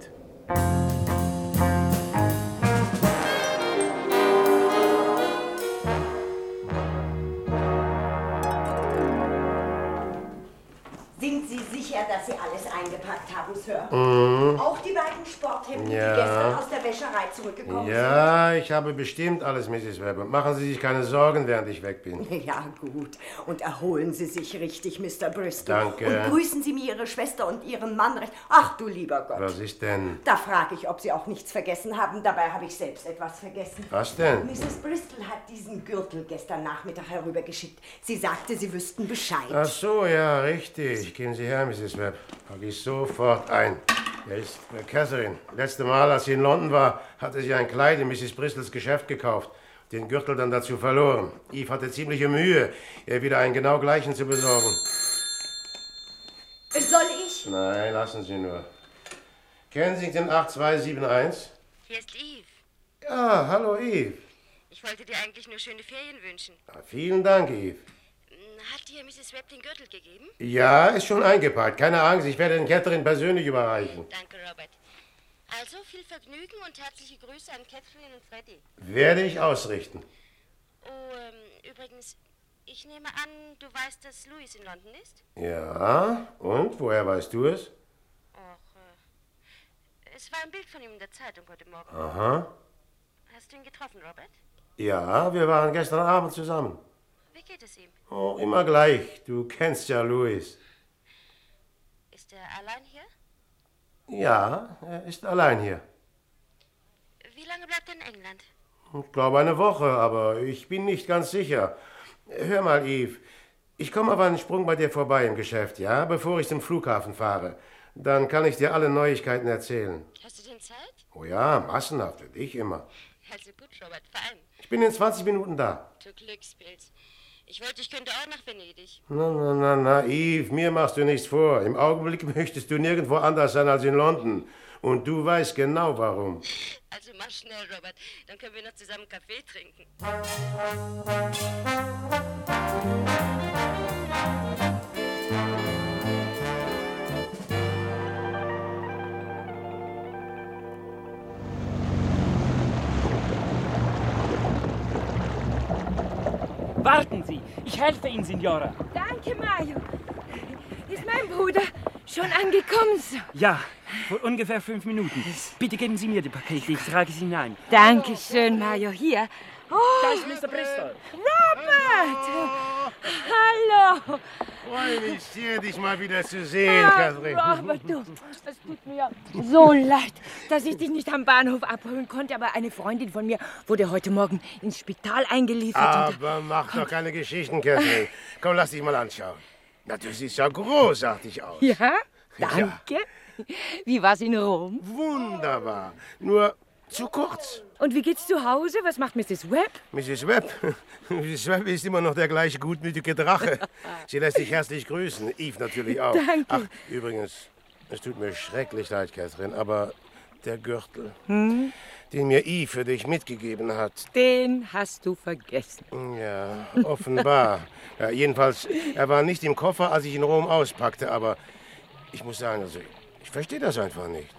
Speaker 11: Sind Sie sicher, dass Sie alles eingepackt haben, Sir?
Speaker 6: Mhm.
Speaker 11: Auch die beiden Sporthemden,
Speaker 6: Ja.
Speaker 11: die gestern aus der Wäscherei zurückgekommen
Speaker 6: Ja, ich habe bestimmt alles, Mrs. Webber. Machen Sie sich keine Sorgen, während ich weg bin.
Speaker 11: sind? Ja, gut. Und erholen Sie sich richtig, Mr. Bristol.
Speaker 6: Danke.
Speaker 11: Und grüßen Sie mir Ihre Schwester und Ihren Mann recht. Ach du lieber Gott.
Speaker 6: Was ist denn?
Speaker 11: Da frage ich, ob Sie auch nichts vergessen haben. Dabei habe ich selbst etwas vergessen.
Speaker 6: Was denn?
Speaker 11: Mrs. Bristol hat diesen Gürtel gestern Nachmittag herübergeschickt. Sie sagte, Sie wüssten Bescheid.
Speaker 6: Ach so, ja, richtig. Gehen Sie her, Mrs. Webb. Pack ich sofort ein. Hier ist äh, Catherine. Letzte Mal, als sie in London war, hatte sie ein Kleid in Mrs. Bristols Geschäft gekauft. Den Gürtel dann dazu verloren. Eve hatte ziemliche Mühe, ihr wieder einen genau gleichen zu besorgen.
Speaker 11: Soll ich?
Speaker 6: Nein, lassen Sie nur. Kennen Sie den 8271?
Speaker 15: Hier ist Eve.
Speaker 6: Ja, hallo Eve.
Speaker 15: Ich wollte dir eigentlich nur schöne Ferien wünschen.
Speaker 6: Na, vielen Dank, Eve.
Speaker 15: Hat dir Mrs. Webb den Gürtel gegeben?
Speaker 6: Ja, ist schon eingepackt. Keine Angst, ich werde den Catherine persönlich überreichen.
Speaker 15: Danke, Robert. Also viel Vergnügen und herzliche Grüße an Catherine und Freddy.
Speaker 6: Werde ich ausrichten.
Speaker 15: Oh, ähm, übrigens, ich nehme an, Hm, du weißt, dass Louis in London ist?
Speaker 6: Ja, und? Woher weißt du es?
Speaker 15: Och, äh, es war ein Bild von ihm in der Zeitung heute Morgen.
Speaker 6: Aha.
Speaker 15: Hast du ihn getroffen, Robert?
Speaker 6: Ja, wir waren gestern Abend zusammen.
Speaker 15: Wie geht es ihm?
Speaker 6: Oh, immer gleich. Du kennst ja Louis.
Speaker 15: Ist er allein hier?
Speaker 6: Ja, er ist allein hier.
Speaker 15: Wie lange bleibt er in England?
Speaker 6: Ich glaube eine Woche, aber ich bin nicht ganz sicher. Hör mal, Eve. Ich komme auf einen Sprung bei dir vorbei im Geschäft, ja? Bevor ich zum Flughafen fahre. Dann kann ich dir alle Neuigkeiten erzählen.
Speaker 15: Hast du denn Zeit?
Speaker 6: Oh ja, massenhaft, für dich immer.
Speaker 15: Also gut, Robert, vor allem.
Speaker 6: Ich bin in 20 Minuten da.
Speaker 15: Du Glückspilz. Ich wollte, ich könnte auch nach Venedig.
Speaker 6: Na, na, na, na, Eve, mir machst du nichts vor. Im Augenblick möchtest du nirgendwo anders sein als in London. Und du weißt genau warum.
Speaker 15: Also mach schnell, Robert. Dann können wir noch zusammen Kaffee trinken.
Speaker 16: Warten Sie, ich helfe Ihnen, Signora.
Speaker 17: Danke, Mario. Ist mein Bruder schon angekommen? So.
Speaker 16: Ja, Vor ungefähr fünf Minuten. Bitte geben Sie mir die Pakete, ich trage sie hinein.
Speaker 17: Dankeschön, Mario. Hier. Oh,
Speaker 16: Da ist Mr. Bristol.
Speaker 17: Robert! Hallo!
Speaker 6: Freue mich sehr, dich mal wieder zu sehen, Katrin.
Speaker 17: Ah, Robert, du, es tut mir so leid, dass ich dich nicht am Bahnhof abholen konnte, aber eine Freundin von mir wurde heute Morgen ins Spital eingeliefert. und-
Speaker 6: Aber mach doch keine Geschichten, Katrin. Komm, lass dich mal anschauen. Na, du siehst ja großartig aus.
Speaker 17: Ja? Danke. Wie war's in Rom?
Speaker 6: Wunderbar. Nur zu kurz.
Speaker 17: Und wie geht's zu Hause? Was macht Mrs. Webb?
Speaker 6: Mrs. Webb. Mrs. Webb ist immer noch der gleiche gutmütige Drache. Sie lässt dich herzlich grüßen. Eve natürlich auch.
Speaker 17: Danke.
Speaker 6: Ach, übrigens, es tut mir schrecklich leid, Katrin, aber der Gürtel,
Speaker 17: Hm?
Speaker 6: den mir Eve für dich mitgegeben hat,
Speaker 17: Den hast du vergessen.
Speaker 6: Ja, offenbar. ja, jedenfalls, er war nicht im Koffer, als ich in Rom auspackte, aber ich muss sagen, also, ich verstehe das einfach nicht.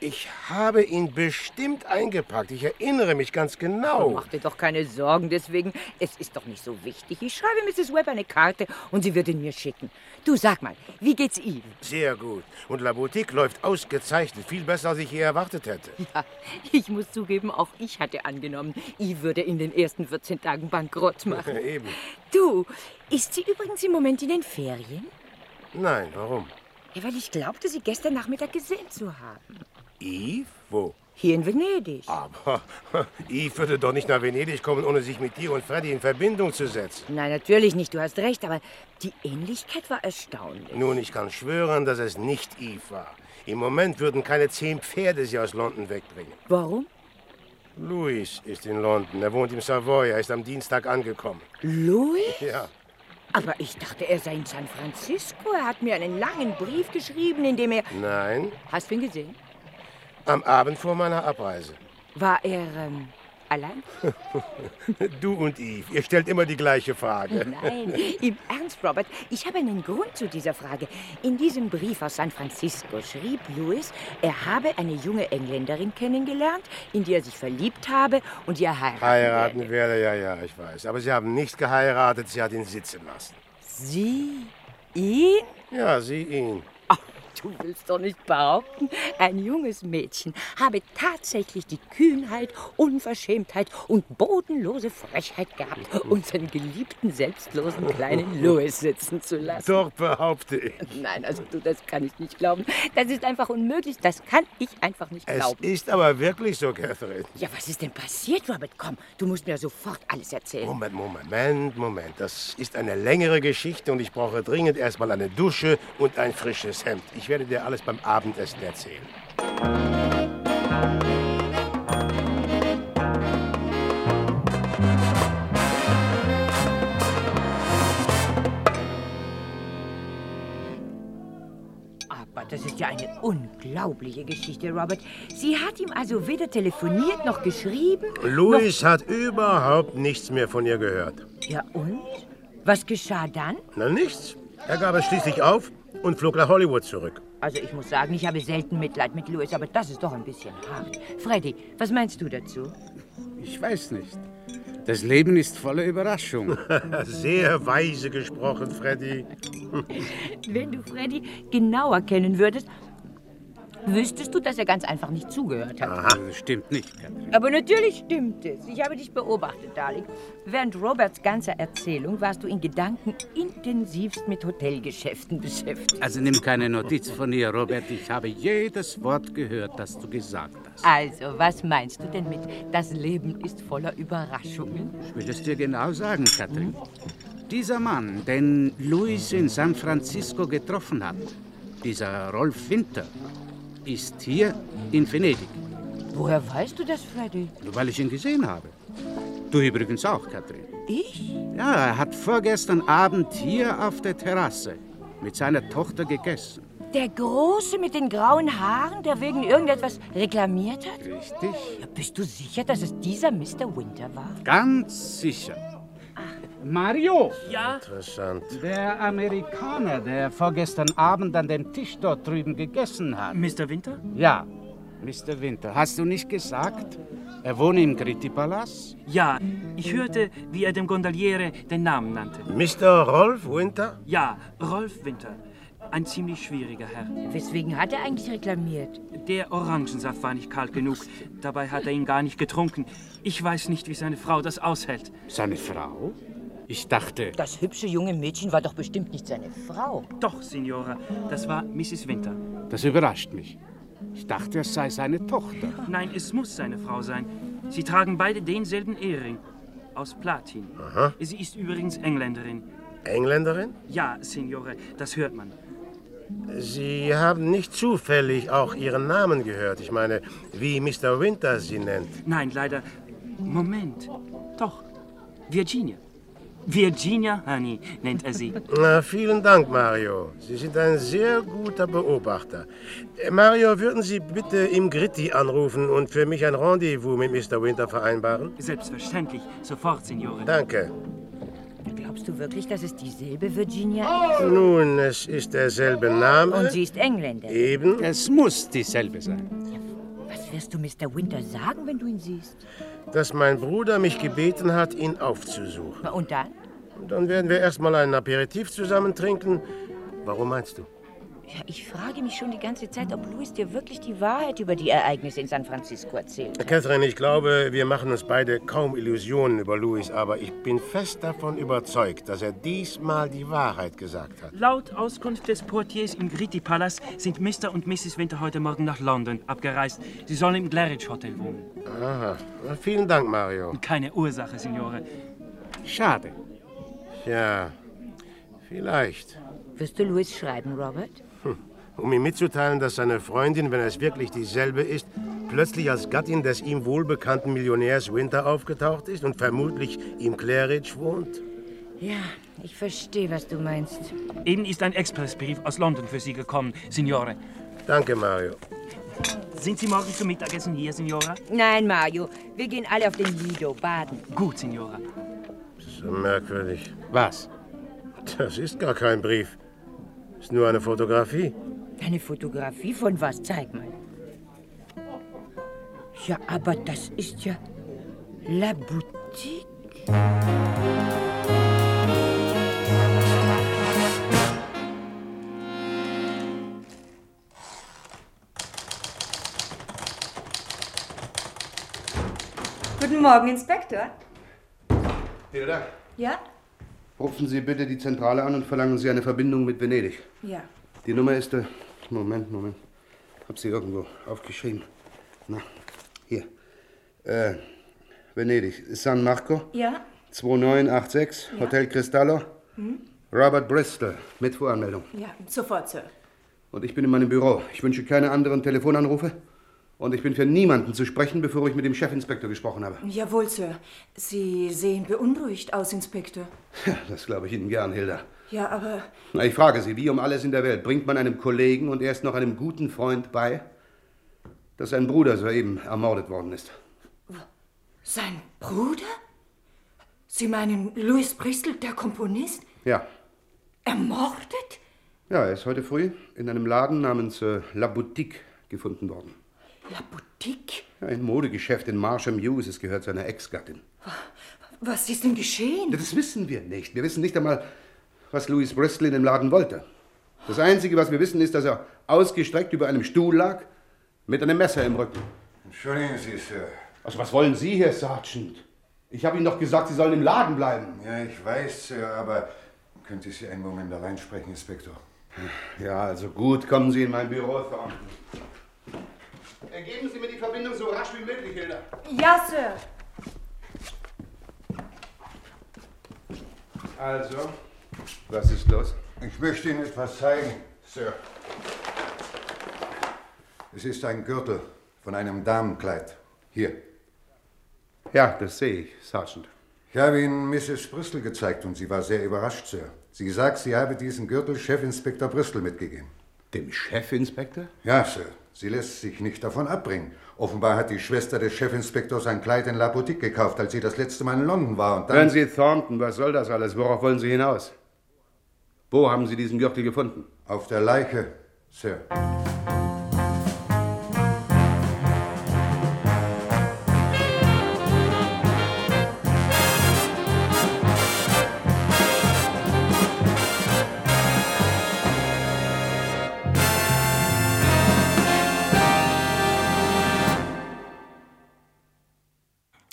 Speaker 6: Ich habe ihn bestimmt eingepackt. Ich erinnere mich ganz
Speaker 17: Oh.
Speaker 6: genau.
Speaker 17: Mach dir doch keine Sorgen deswegen. Es ist doch nicht so wichtig. Ich schreibe Mrs. Webb eine Karte und sie wird ihn mir schicken. Du sag mal, wie geht's Eve?
Speaker 6: Sehr gut. Und La Boutique läuft ausgezeichnet. Viel besser, als ich je erwartet hätte.
Speaker 17: Ja, Ah, ich muss zugeben, auch ich hatte angenommen, Eve würde in den ersten 14 Tagen bankrott machen.
Speaker 6: Eben.
Speaker 17: Du, ist sie übrigens im Moment in den Ferien?
Speaker 6: Nein, warum?
Speaker 17: Ja, weil ich glaubte, sie gestern Nachmittag gesehen zu haben.
Speaker 6: Eve? Wo?
Speaker 17: Hier in Venedig.
Speaker 6: Aber Eve würde doch nicht nach Venedig kommen, ohne sich mit dir und Freddy in Verbindung zu setzen.
Speaker 17: Nein, natürlich nicht, du hast recht, aber die Ähnlichkeit war erstaunlich.
Speaker 6: Nun, ich kann schwören, dass es nicht Eve war. Im Moment würden keine zehn Pferde sie aus London wegbringen.
Speaker 17: Warum?
Speaker 6: Louis ist in London. Er wohnt im Savoy. Er ist am Dienstag angekommen.
Speaker 17: Louis?
Speaker 6: Ja.
Speaker 17: Aber ich dachte, er sei in San Francisco. Er hat mir einen langen Brief geschrieben, in dem er...
Speaker 6: Nein,
Speaker 17: Hast du ihn gesehen?
Speaker 6: am Abend vor meiner Abreise.
Speaker 17: War er ähm, allein?
Speaker 6: Du und Eve, ihr stellt immer die gleiche Frage.
Speaker 17: Nein, im Ernst, Robert, ich habe einen Grund zu dieser Frage. In diesem Brief aus San Francisco schrieb Lewis, er habe eine junge Engländerin kennengelernt, in die er sich verliebt habe und die er heiraten.
Speaker 6: Heiraten werde, ja, ja, ich weiß. Aber sie haben nicht geheiratet, sie hat ihn sitzen lassen.
Speaker 17: Sie? Ihn?
Speaker 6: Ja, sie ihn.
Speaker 17: Du willst doch nicht behaupten, ein junges Mädchen habe tatsächlich die Kühnheit, Unverschämtheit und bodenlose Frechheit gehabt,
Speaker 6: Mhm.
Speaker 17: unseren geliebten, selbstlosen kleinen Louis sitzen zu lassen.
Speaker 6: Doch behaupte ich.
Speaker 17: Nein, also du, das kann ich nicht glauben. Das ist einfach unmöglich. Das kann ich einfach nicht
Speaker 6: Es
Speaker 17: glauben.
Speaker 6: ist aber wirklich so, Catherine.
Speaker 17: Ja, was ist denn passiert, Robert? Komm, du musst mir sofort alles erzählen.
Speaker 6: Moment, Moment, Moment, Moment. Das ist eine längere Geschichte und ich brauche dringend erstmal eine Dusche und ein frisches Hemd. Ich werde dir alles beim Abendessen erzählen.
Speaker 17: Aber das ist ja eine unglaubliche Geschichte, Robert. Sie hat ihm also weder telefoniert noch geschrieben.
Speaker 6: Louis hat überhaupt nichts mehr von ihr gehört.
Speaker 17: Noch... Ja, und? Was geschah dann?
Speaker 6: Na nichts. Er gab es schließlich auf und flog nach Hollywood zurück.
Speaker 17: Also ich muss sagen, ich habe selten Mitleid mit Louis, aber das ist doch ein bisschen hart. Freddy, was meinst du dazu?
Speaker 18: Ich weiß nicht. Das Leben ist voller Überraschung.
Speaker 6: Sehr weise gesprochen, Freddy.
Speaker 17: Wenn du Freddy genauer kennen würdest, wüsstest du, dass er ganz einfach nicht zugehört hat.
Speaker 18: Das stimmt nicht, Katrin.
Speaker 17: Aber natürlich stimmt es. Ich habe dich beobachtet, Dalek. Während Roberts ganzer Erzählung warst du in Gedanken intensivst mit Hotelgeschäften beschäftigt.
Speaker 18: Also nimm keine Notiz von ihr, Robert. Ich habe jedes Wort gehört, das du gesagt hast.
Speaker 17: Also, was meinst du denn mit, das Leben ist voller Überraschungen?
Speaker 18: Ich will es dir genau sagen, Katrin. Dieser Mann, den Louis in San Francisco getroffen hat, dieser Rolf Winter, ist hier in Venedig.
Speaker 17: Woher weißt du das, Freddy?
Speaker 18: Nur weil ich ihn gesehen habe. Du übrigens auch, Katrin.
Speaker 17: Ich?
Speaker 18: Ja, er hat vorgestern Abend hier auf der Terrasse mit seiner Tochter gegessen.
Speaker 17: Der Große mit den grauen Haaren, der wegen irgendetwas reklamiert hat?
Speaker 18: Richtig.
Speaker 17: Ja, bist du sicher, dass es dieser Mr. Winter war?
Speaker 18: Ganz sicher. Mario!
Speaker 16: Ja?
Speaker 6: Interessant.
Speaker 18: Der Amerikaner, der vorgestern Abend an dem Tisch dort drüben gegessen hat.
Speaker 16: Mr. Winter?
Speaker 18: Ja, Mr. Winter. Hast du nicht gesagt, er wohne im Gritti-Palast?
Speaker 16: Ja, ich hörte, wie er dem Gondoliere den Namen nannte.
Speaker 6: Mr. Rolf Winter?
Speaker 16: Ja, Rolf Winter. Ein ziemlich schwieriger Herr.
Speaker 17: Weswegen hat er eigentlich reklamiert?
Speaker 16: Der Orangensaft war nicht kalt genug. Dabei hat er ihn gar nicht getrunken. Ich weiß nicht, wie seine Frau das aushält.
Speaker 18: Seine Frau? Ich dachte.
Speaker 17: Das hübsche junge Mädchen war doch bestimmt nicht seine Frau.
Speaker 16: Doch, Signora, das war Mrs. Winter.
Speaker 18: Das überrascht mich. Ich dachte, es sei seine Tochter.
Speaker 16: Nein, es muss seine Frau sein. Sie tragen beide denselben Ehering. Aus Platin.
Speaker 6: Aha.
Speaker 16: Sie ist übrigens Engländerin.
Speaker 6: Engländerin?
Speaker 16: Ja, Signore, das hört man.
Speaker 6: Sie haben nicht zufällig auch Ihren Namen gehört. Ich meine, wie Mr. Winter Sie nennt.
Speaker 16: Nein, leider. Moment. Doch. Virginia. Virginia Honey nennt er sie.
Speaker 6: Na, vielen Dank, Mario. Sie sind ein sehr guter Beobachter. Äh, Mario, würden Sie bitte im Gritti anrufen und für mich ein Rendezvous mit Mr. Winter vereinbaren?
Speaker 16: Selbstverständlich. Sofort, Signore.
Speaker 6: Danke.
Speaker 17: Glaubst du wirklich, dass es dieselbe Virginia ist?
Speaker 6: Nun, es ist derselbe Oh. Name.
Speaker 17: Und sie ist Engländerin.
Speaker 6: Eben.
Speaker 18: Es muss dieselbe sein.
Speaker 17: Was wirst du Mr. Winter sagen, wenn du ihn siehst?
Speaker 6: Dass mein Bruder mich gebeten hat, ihn aufzusuchen.
Speaker 17: Na, Und dann?
Speaker 6: Dann werden wir erstmal einen Aperitif zusammen trinken. Warum meinst du?
Speaker 17: Ja, ich frage mich schon die ganze Zeit, ob Louis dir wirklich die Wahrheit über die Ereignisse in San Francisco erzählt.
Speaker 6: Catherine, ich glaube, wir machen uns beide kaum Illusionen über Louis, aber ich bin fest davon überzeugt, dass er diesmal die Wahrheit gesagt hat.
Speaker 16: Laut Auskunft des Portiers im Gritti Palace sind Mr. und Mrs. Winter heute Morgen nach London abgereist. Sie sollen im Claridge Hotel wohnen.
Speaker 6: Aha. Vielen Dank, Mario.
Speaker 16: Keine Ursache, Signore.
Speaker 18: Schade.
Speaker 6: Ja, vielleicht.
Speaker 17: Wirst du Louis schreiben, Robert?
Speaker 6: Um ihm mitzuteilen, dass seine Freundin, wenn es wirklich dieselbe ist, plötzlich als Gattin des ihm wohlbekannten Millionärs Winter aufgetaucht ist und vermutlich im Claridge wohnt.
Speaker 17: Ja, ich verstehe, was du meinst.
Speaker 16: Eben ist ein Expressbrief aus London für Sie gekommen, Signore.
Speaker 6: Danke, Mario.
Speaker 16: Sind Sie morgen zum Mittagessen hier, Signora?
Speaker 17: Nein, Mario, wir gehen alle auf den Lido baden.
Speaker 16: Gut, Signora.
Speaker 6: So merkwürdig.
Speaker 18: Was?
Speaker 6: Das ist gar kein Brief. Ist nur eine Fotografie.
Speaker 17: Eine Fotografie von was? Zeig mal. Ja, aber das ist ja La Boutique.
Speaker 9: Guten Morgen, Inspektor.
Speaker 5: Hilda,
Speaker 9: Ja?
Speaker 5: rufen Sie bitte die Zentrale an und verlangen Sie eine Verbindung mit Venedig.
Speaker 9: Ja.
Speaker 5: Die Nummer ist. Äh, Moment, Moment. Hab sie irgendwo aufgeschrieben. Na, hier. Äh, Venedig. San Marco,
Speaker 9: Ja?
Speaker 5: 2986,
Speaker 9: Ja.
Speaker 5: Hotel Cristallo.
Speaker 4: Hm?
Speaker 5: Robert Bristol, mit Voranmeldung.
Speaker 4: Ja, sofort, Sir.
Speaker 5: Und ich bin in meinem Büro. Ich wünsche keine anderen Telefonanrufe. Und ich bin für niemanden zu sprechen, bevor ich mit dem Chefinspektor gesprochen habe.
Speaker 4: Jawohl, Sir. Sie sehen beunruhigt aus, Inspektor.
Speaker 5: Ja, Das glaube ich Ihnen gern, Hilda.
Speaker 4: Ja, aber
Speaker 5: Na, ich frage Sie, wie um alles in der Welt bringt man einem Kollegen und erst noch einem guten Freund bei, dass sein Bruder soeben ermordet worden ist?
Speaker 4: sein Bruder? Sie meinen Louis Bristol, der Komponist?
Speaker 5: Ja.
Speaker 4: Ermordet?
Speaker 5: Ja, er ist heute früh in einem Laden namens äh, La Boutique gefunden worden.
Speaker 4: Dick,
Speaker 5: Ja, ein Modegeschäft in Marsham Hughes. Es gehört seiner Ex-Gattin.
Speaker 4: was ist denn geschehen?
Speaker 5: Ja, Das wissen wir nicht. Wir wissen nicht einmal, was Louis Bristol in dem Laden wollte. Das Einzige, was wir wissen, ist, dass er ausgestreckt über einem Stuhl lag, mit einem Messer im Rücken.
Speaker 3: Entschuldigen Sie, Sir.
Speaker 5: Also was wollen Sie hier, Sergeant? Ich habe Ihnen doch gesagt, Sie sollen im Laden bleiben.
Speaker 3: Ja, ich weiß, Sir, aber könnte ich Sie einen Moment allein sprechen, Inspektor?
Speaker 5: Ja, also gut, kommen Sie in mein Büro, Thornton.
Speaker 18: Geben Sie mir die Verbindung so rasch wie möglich, Hilda.
Speaker 9: Ja, Sir.
Speaker 5: Also, was ist los?
Speaker 3: Ich möchte Ihnen etwas zeigen, Sir. Es ist ein Gürtel von einem Damenkleid. Hier.
Speaker 5: Ja, das sehe ich, Sergeant.
Speaker 3: Ich habe Ihnen Mrs. Bristol gezeigt und sie war sehr überrascht, Sir. Sie sagt, sie habe diesen Gürtel Chefinspektor Bristol mitgegeben.
Speaker 5: Dem Chefinspektor?
Speaker 3: Ja, Sir. Sie lässt sich nicht davon abbringen. Offenbar hat die Schwester des Chefinspektors ein Kleid in La Boutique gekauft, als sie das letzte Mal in London war. Und dann
Speaker 5: Hören Sie, Thornton, was soll das alles? Worauf wollen Sie hinaus? Wo haben Sie diesen Gürtel gefunden?
Speaker 3: Auf der Leiche, Sir.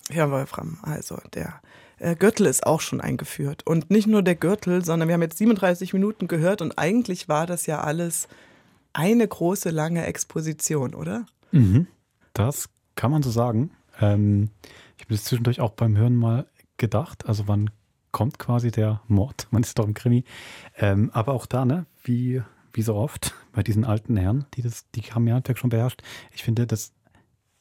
Speaker 2: Herr Wolfram, also der äh, Gürtel ist auch schon eingeführt. Und nicht nur der Gürtel, sondern wir haben jetzt 37 Minuten gehört und eigentlich war das ja alles eine große, lange Exposition, oder?
Speaker 1: Mhm. Das kann man so sagen. Ähm, ich habe das zwischendurch auch beim Hören mal gedacht. Also wann kommt quasi der Mord? Man ist doch im Krimi. Ähm, aber auch da, ne? Wie, wie so oft bei diesen alten Herren, die das, die haben ihr Handwerk schon beherrscht. Ich finde, das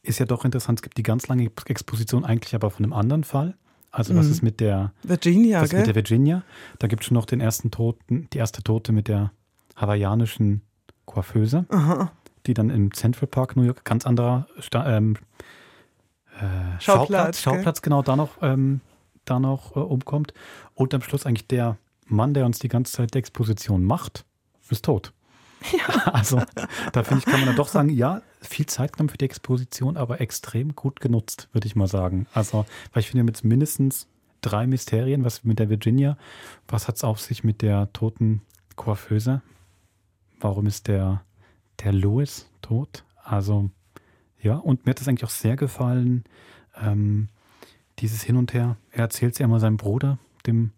Speaker 1: ist ja doch interessant. Es gibt die ganz lange Exposition eigentlich aber von einem anderen Fall. Also was
Speaker 2: Mhm.
Speaker 1: ist mit der
Speaker 2: Virginia,
Speaker 1: was ist mit
Speaker 2: gell?
Speaker 1: der Virginia? Da gibt es schon noch den ersten Toten, die erste Tote mit der hawaiianischen Coiffeuse,
Speaker 2: Aha.
Speaker 1: die dann im Central Park New York ganz anderer Sta ähm, äh,
Speaker 2: Schauplatz,
Speaker 1: Schauplatz,
Speaker 2: gell?
Speaker 1: Schauplatz genau da noch, ähm, da noch äh, umkommt. Und am Schluss eigentlich der Mann, der uns die ganze Zeit die Exposition macht, ist tot. Also da finde ich, kann man dann doch sagen, ja, viel Zeit genommen für die Exposition, aber extrem gut genutzt, würde ich mal sagen. Also, weil ich finde, wir haben jetzt mindestens drei Mysterien, was mit der Virginia, was hat es auf sich mit der toten Coiffeuse? Warum ist der, der Louis tot? Also, ja, und mir hat das eigentlich auch sehr gefallen, ähm, dieses Hin und Her. Er erzählt es ja immer seinem Bruder, dem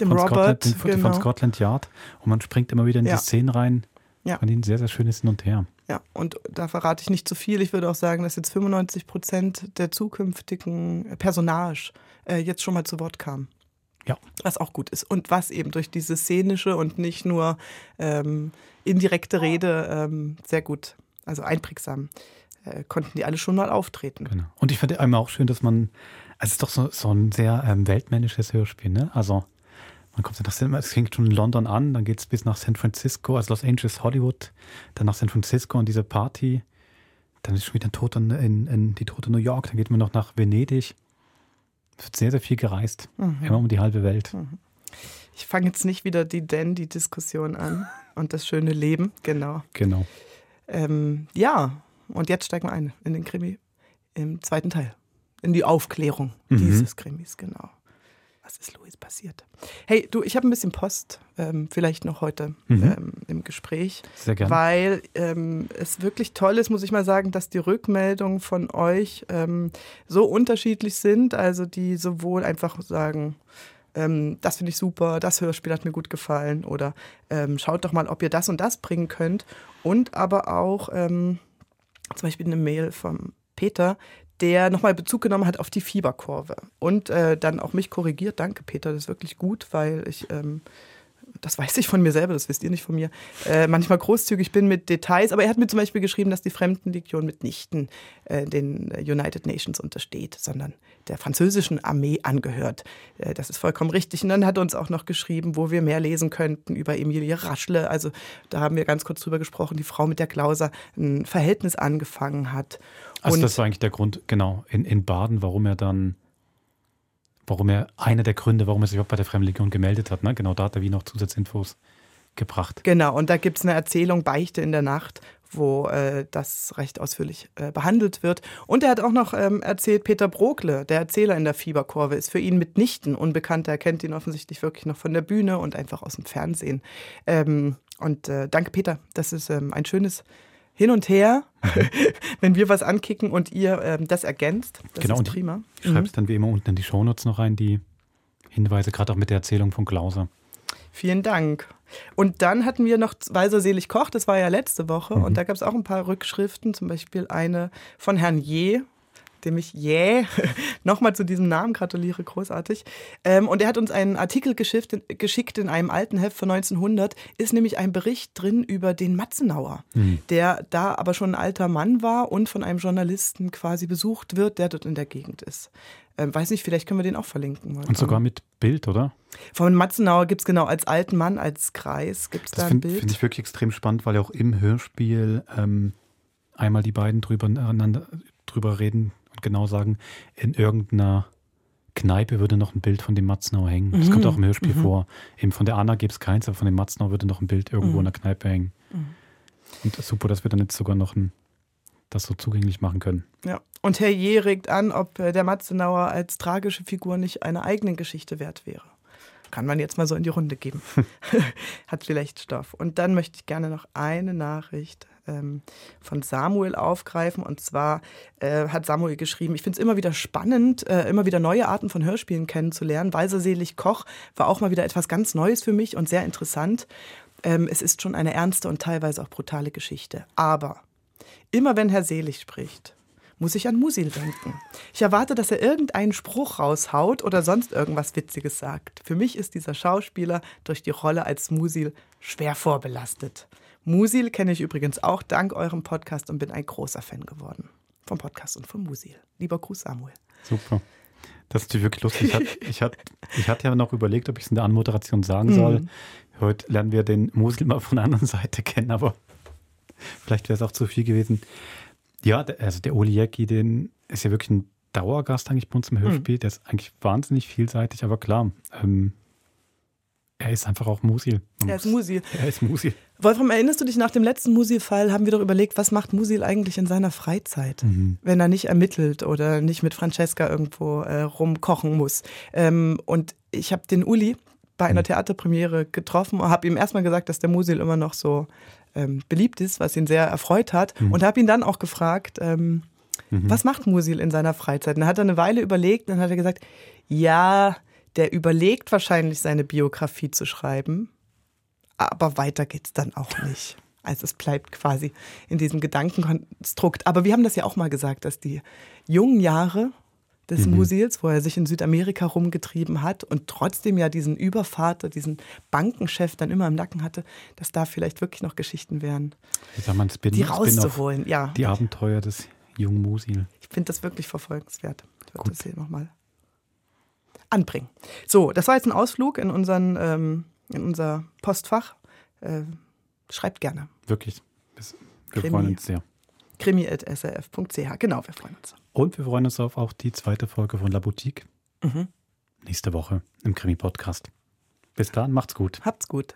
Speaker 2: Dem
Speaker 1: von Scotland,
Speaker 2: Robert,
Speaker 1: dem, von-
Speaker 2: genau.
Speaker 1: von Scotland Yard. Und man springt immer wieder in
Speaker 2: Ja.
Speaker 1: die Szenen rein.
Speaker 2: Ja.
Speaker 1: Fand ihn ein sehr, sehr schönes Hin und Her.
Speaker 2: Ja, und da verrate ich nicht zu viel. Ich würde auch sagen, dass jetzt 95 Prozent der zukünftigen Personage äh, jetzt schon mal zu Wort kam.
Speaker 1: Ja.
Speaker 2: Was auch gut ist. Und was eben durch diese szenische und nicht nur ähm, indirekte Rede ähm, sehr gut, also einprägsam, äh, konnten die alle schon mal auftreten.
Speaker 1: Genau. Und ich fand einmal auch schön, dass man, also es ist doch so, so ein sehr ähm, weltmännisches Hörspiel, ne? Also man kommt dann nach San- es fängt schon in London an, dann geht es bis nach San Francisco, also Los Angeles, Hollywood, dann nach San Francisco und diese Party. Dann ist schon wieder ein Tod in, in, in die tote New York, dann geht man noch nach Venedig. Es wird sehr, sehr viel gereist.
Speaker 2: Mhm.
Speaker 1: Immer um die halbe Welt.
Speaker 2: Ich fange jetzt nicht wieder die Dandy-Diskussion an und das schöne Leben, genau.
Speaker 1: Genau.
Speaker 2: Ähm, ja, und jetzt steigen wir ein in den Krimi im zweiten Teil. In die Aufklärung
Speaker 1: Mhm.
Speaker 2: dieses Krimis, genau. Was ist Louis passiert? Hey, du, ich habe ein bisschen Post, ähm, vielleicht noch heute
Speaker 1: Mhm.
Speaker 2: ähm, im Gespräch.
Speaker 1: Sehr gerne.
Speaker 2: Weil ähm, es wirklich toll ist, muss ich mal sagen, dass die Rückmeldungen von euch ähm, so unterschiedlich sind. Also die sowohl einfach sagen, ähm, das finde ich super, das Hörspiel hat mir gut gefallen oder ähm, schaut doch mal, ob ihr das und das bringen könnt. Und aber auch ähm, zum Beispiel eine Mail vom Peter, der nochmal Bezug genommen hat auf die Fieberkurve und äh, dann auch mich korrigiert. Danke, Peter, das ist wirklich gut, weil ich. Ähm, das weiß ich von mir selber, das wisst ihr nicht von mir, äh, manchmal großzügig bin mit Details. Aber er hat mir zum Beispiel geschrieben, dass die Fremdenlegion mitnichten äh, den äh, United Nations untersteht, sondern der französischen Armee angehört. Äh, das ist vollkommen richtig. Und dann hat er uns auch noch geschrieben, wo wir mehr lesen könnten über Emilie Raschle. Also da haben wir ganz kurz drüber gesprochen, die Frau mit der Klauser ein Verhältnis angefangen hat.
Speaker 1: Also
Speaker 2: Und-
Speaker 1: das war eigentlich der Grund, genau, in, in Baden, warum er dann, warum er, einer der Gründe, warum er sich überhaupt bei der Fremdenlegion gemeldet hat, ne? Genau, da hat er wie noch Zusatzinfos gebracht.
Speaker 2: Genau, und da gibt es eine Erzählung Beichte in der Nacht, wo äh, das recht ausführlich äh, behandelt wird. Und er hat auch noch ähm, erzählt, Peter Brogle, der Erzähler in der Fieberkurve, ist für ihn mitnichten unbekannt. Er kennt ihn offensichtlich wirklich noch von der Bühne und einfach aus dem Fernsehen. Ähm, und äh, danke, Peter. Das ist ähm, ein schönes Hin und Her, wenn wir was ankicken und ihr ähm, das ergänzt. Das
Speaker 1: genau,
Speaker 2: ist
Speaker 1: und ich-
Speaker 2: prima. Mhm.
Speaker 1: Ich schreibe es dann wie immer unten in die Shownotes noch rein, die Hinweise, gerade auch mit der Erzählung von Klauser.
Speaker 2: Vielen Dank. Und dann hatten wir noch Weiser Selig Koch, das war ja letzte Woche.
Speaker 1: Mhm.
Speaker 2: Und da gab es auch ein paar Rückschriften, zum Beispiel eine von Herrn Je, dem ich jäh nochmal zu diesem Namen gratuliere, großartig. Ähm, und er hat uns einen Artikel geschickt, geschickt in einem alten Heft von 1900, ist nämlich ein Bericht drin über den Matzenauer
Speaker 1: Mhm.
Speaker 2: der da aber schon ein alter Mann war und von einem Journalisten quasi besucht wird, der dort in der Gegend ist. Ähm, weiß nicht, vielleicht können wir den auch verlinken.
Speaker 1: Und sogar mit Bild, oder?
Speaker 2: Von Matzenauer gibt es genau als alten Mann, als Kreis gibt es da
Speaker 1: Das
Speaker 2: ein
Speaker 1: finde
Speaker 2: Bild.
Speaker 1: find ich wirklich extrem spannend, weil ja auch im Hörspiel ähm, einmal die beiden drüber, einander, drüber reden und genau sagen, in irgendeiner Kneipe würde noch ein Bild von dem Matznau hängen. Das kommt
Speaker 2: Mhm.
Speaker 1: auch im Hörspiel
Speaker 2: Mhm.
Speaker 1: vor. Eben von der Anna gäbe es keins, aber von dem Matznau würde noch ein Bild irgendwo
Speaker 2: Mhm.
Speaker 1: in der Kneipe hängen.
Speaker 2: Mhm.
Speaker 1: Und super, dass wir dann jetzt sogar noch ein, das so zugänglich machen können.
Speaker 2: ja. Und Herr Je regt an, ob äh, der Matzenauer als tragische Figur nicht einer eigenen Geschichte wert wäre. Kann man jetzt mal so in die Runde geben. Hat vielleicht Stoff. Und dann möchte ich gerne noch eine Nachricht ähm, von Samuel aufgreifen. Und zwar äh, hat Samuel geschrieben, ich finde es immer wieder spannend, äh, immer wieder neue Arten von Hörspielen kennenzulernen. Weiser Selig Koch war auch mal wieder etwas ganz Neues für mich und sehr interessant. Ähm, es ist schon eine ernste und teilweise auch brutale Geschichte. Aber immer wenn Herr Selig spricht, muss ich an Musil denken. Ich erwarte, dass er irgendeinen Spruch raushaut oder sonst irgendwas Witziges sagt. Für mich ist dieser Schauspieler durch die Rolle als Musil schwer vorbelastet. Musil kenne ich übrigens auch dank eurem Podcast und bin ein großer Fan geworden. Vom Podcast und von Musil. Lieber Gruß, Samuel.
Speaker 1: Super. Das ist wirklich lustig. Ich hatte, ich hatte, ich hatte ja noch überlegt, ob ich es in der Anmoderation sagen soll.
Speaker 2: Mhm.
Speaker 1: Heute lernen wir den Musil mal von der anderen Seite kennen, aber vielleicht wäre es auch zu viel gewesen. Ja, der, also der Oli Jäcki, den ist ja wirklich ein Dauergast eigentlich bei uns
Speaker 2: Mhm.
Speaker 1: im Hörspiel. Der ist eigentlich wahnsinnig vielseitig, aber klar, ähm, er ist einfach auch Musil. Man
Speaker 2: Er ist
Speaker 1: muss-
Speaker 2: Musil.
Speaker 1: Er ist Musil.
Speaker 2: Wolfram, erinnerst du dich nach dem letzten Musil-Fall, haben wir doch überlegt, was macht Musil eigentlich in seiner Freizeit,
Speaker 1: Mhm.
Speaker 2: wenn er nicht ermittelt oder nicht mit Francesca irgendwo äh, rumkochen muss. Ähm, und ich habe den Uli bei
Speaker 1: Mhm.
Speaker 2: einer Theaterpremiere getroffen und habe ihm erstmal gesagt, dass der Musil immer noch so ähm, beliebt ist, was ihn sehr erfreut hat.
Speaker 19: Mhm.
Speaker 2: Und habe ihn dann auch gefragt, ähm,
Speaker 19: Mhm.
Speaker 2: was macht Musil in seiner Freizeit? Und dann hat er eine Weile überlegt und dann hat er gesagt, ja, der überlegt wahrscheinlich seine Biografie zu schreiben, aber weiter geht's dann auch nicht. Also es bleibt quasi in diesem Gedankenkonstrukt. Aber wir haben das ja auch mal gesagt, dass die jungen Jahre des
Speaker 19: Mhm.
Speaker 2: Musils, wo er sich in Südamerika rumgetrieben hat und trotzdem ja diesen Übervater, diesen Bankenchef dann immer im Nacken hatte, dass da vielleicht wirklich noch Geschichten wären.
Speaker 1: Wie sagt man, Spin,
Speaker 2: Die
Speaker 1: Spin-off.
Speaker 2: rauszuholen, ja.
Speaker 1: Die Abenteuer des jungen Musil.
Speaker 2: Ich finde das wirklich verfolgenswert. Ich würde das hier nochmal anbringen. So, das war jetzt ein Ausflug in, unseren, ähm, in unser Postfach. Äh, schreibt gerne.
Speaker 1: Wirklich. Das- Wir
Speaker 2: Krimi.
Speaker 1: freuen uns sehr.
Speaker 2: krimi.srf.ch. Genau, wir freuen uns.
Speaker 1: Und wir freuen uns auf auch die zweite Folge von La Boutique
Speaker 2: Mhm.
Speaker 1: nächste Woche im Krimi-Podcast. Bis dann, macht's gut.
Speaker 2: Habt's gut.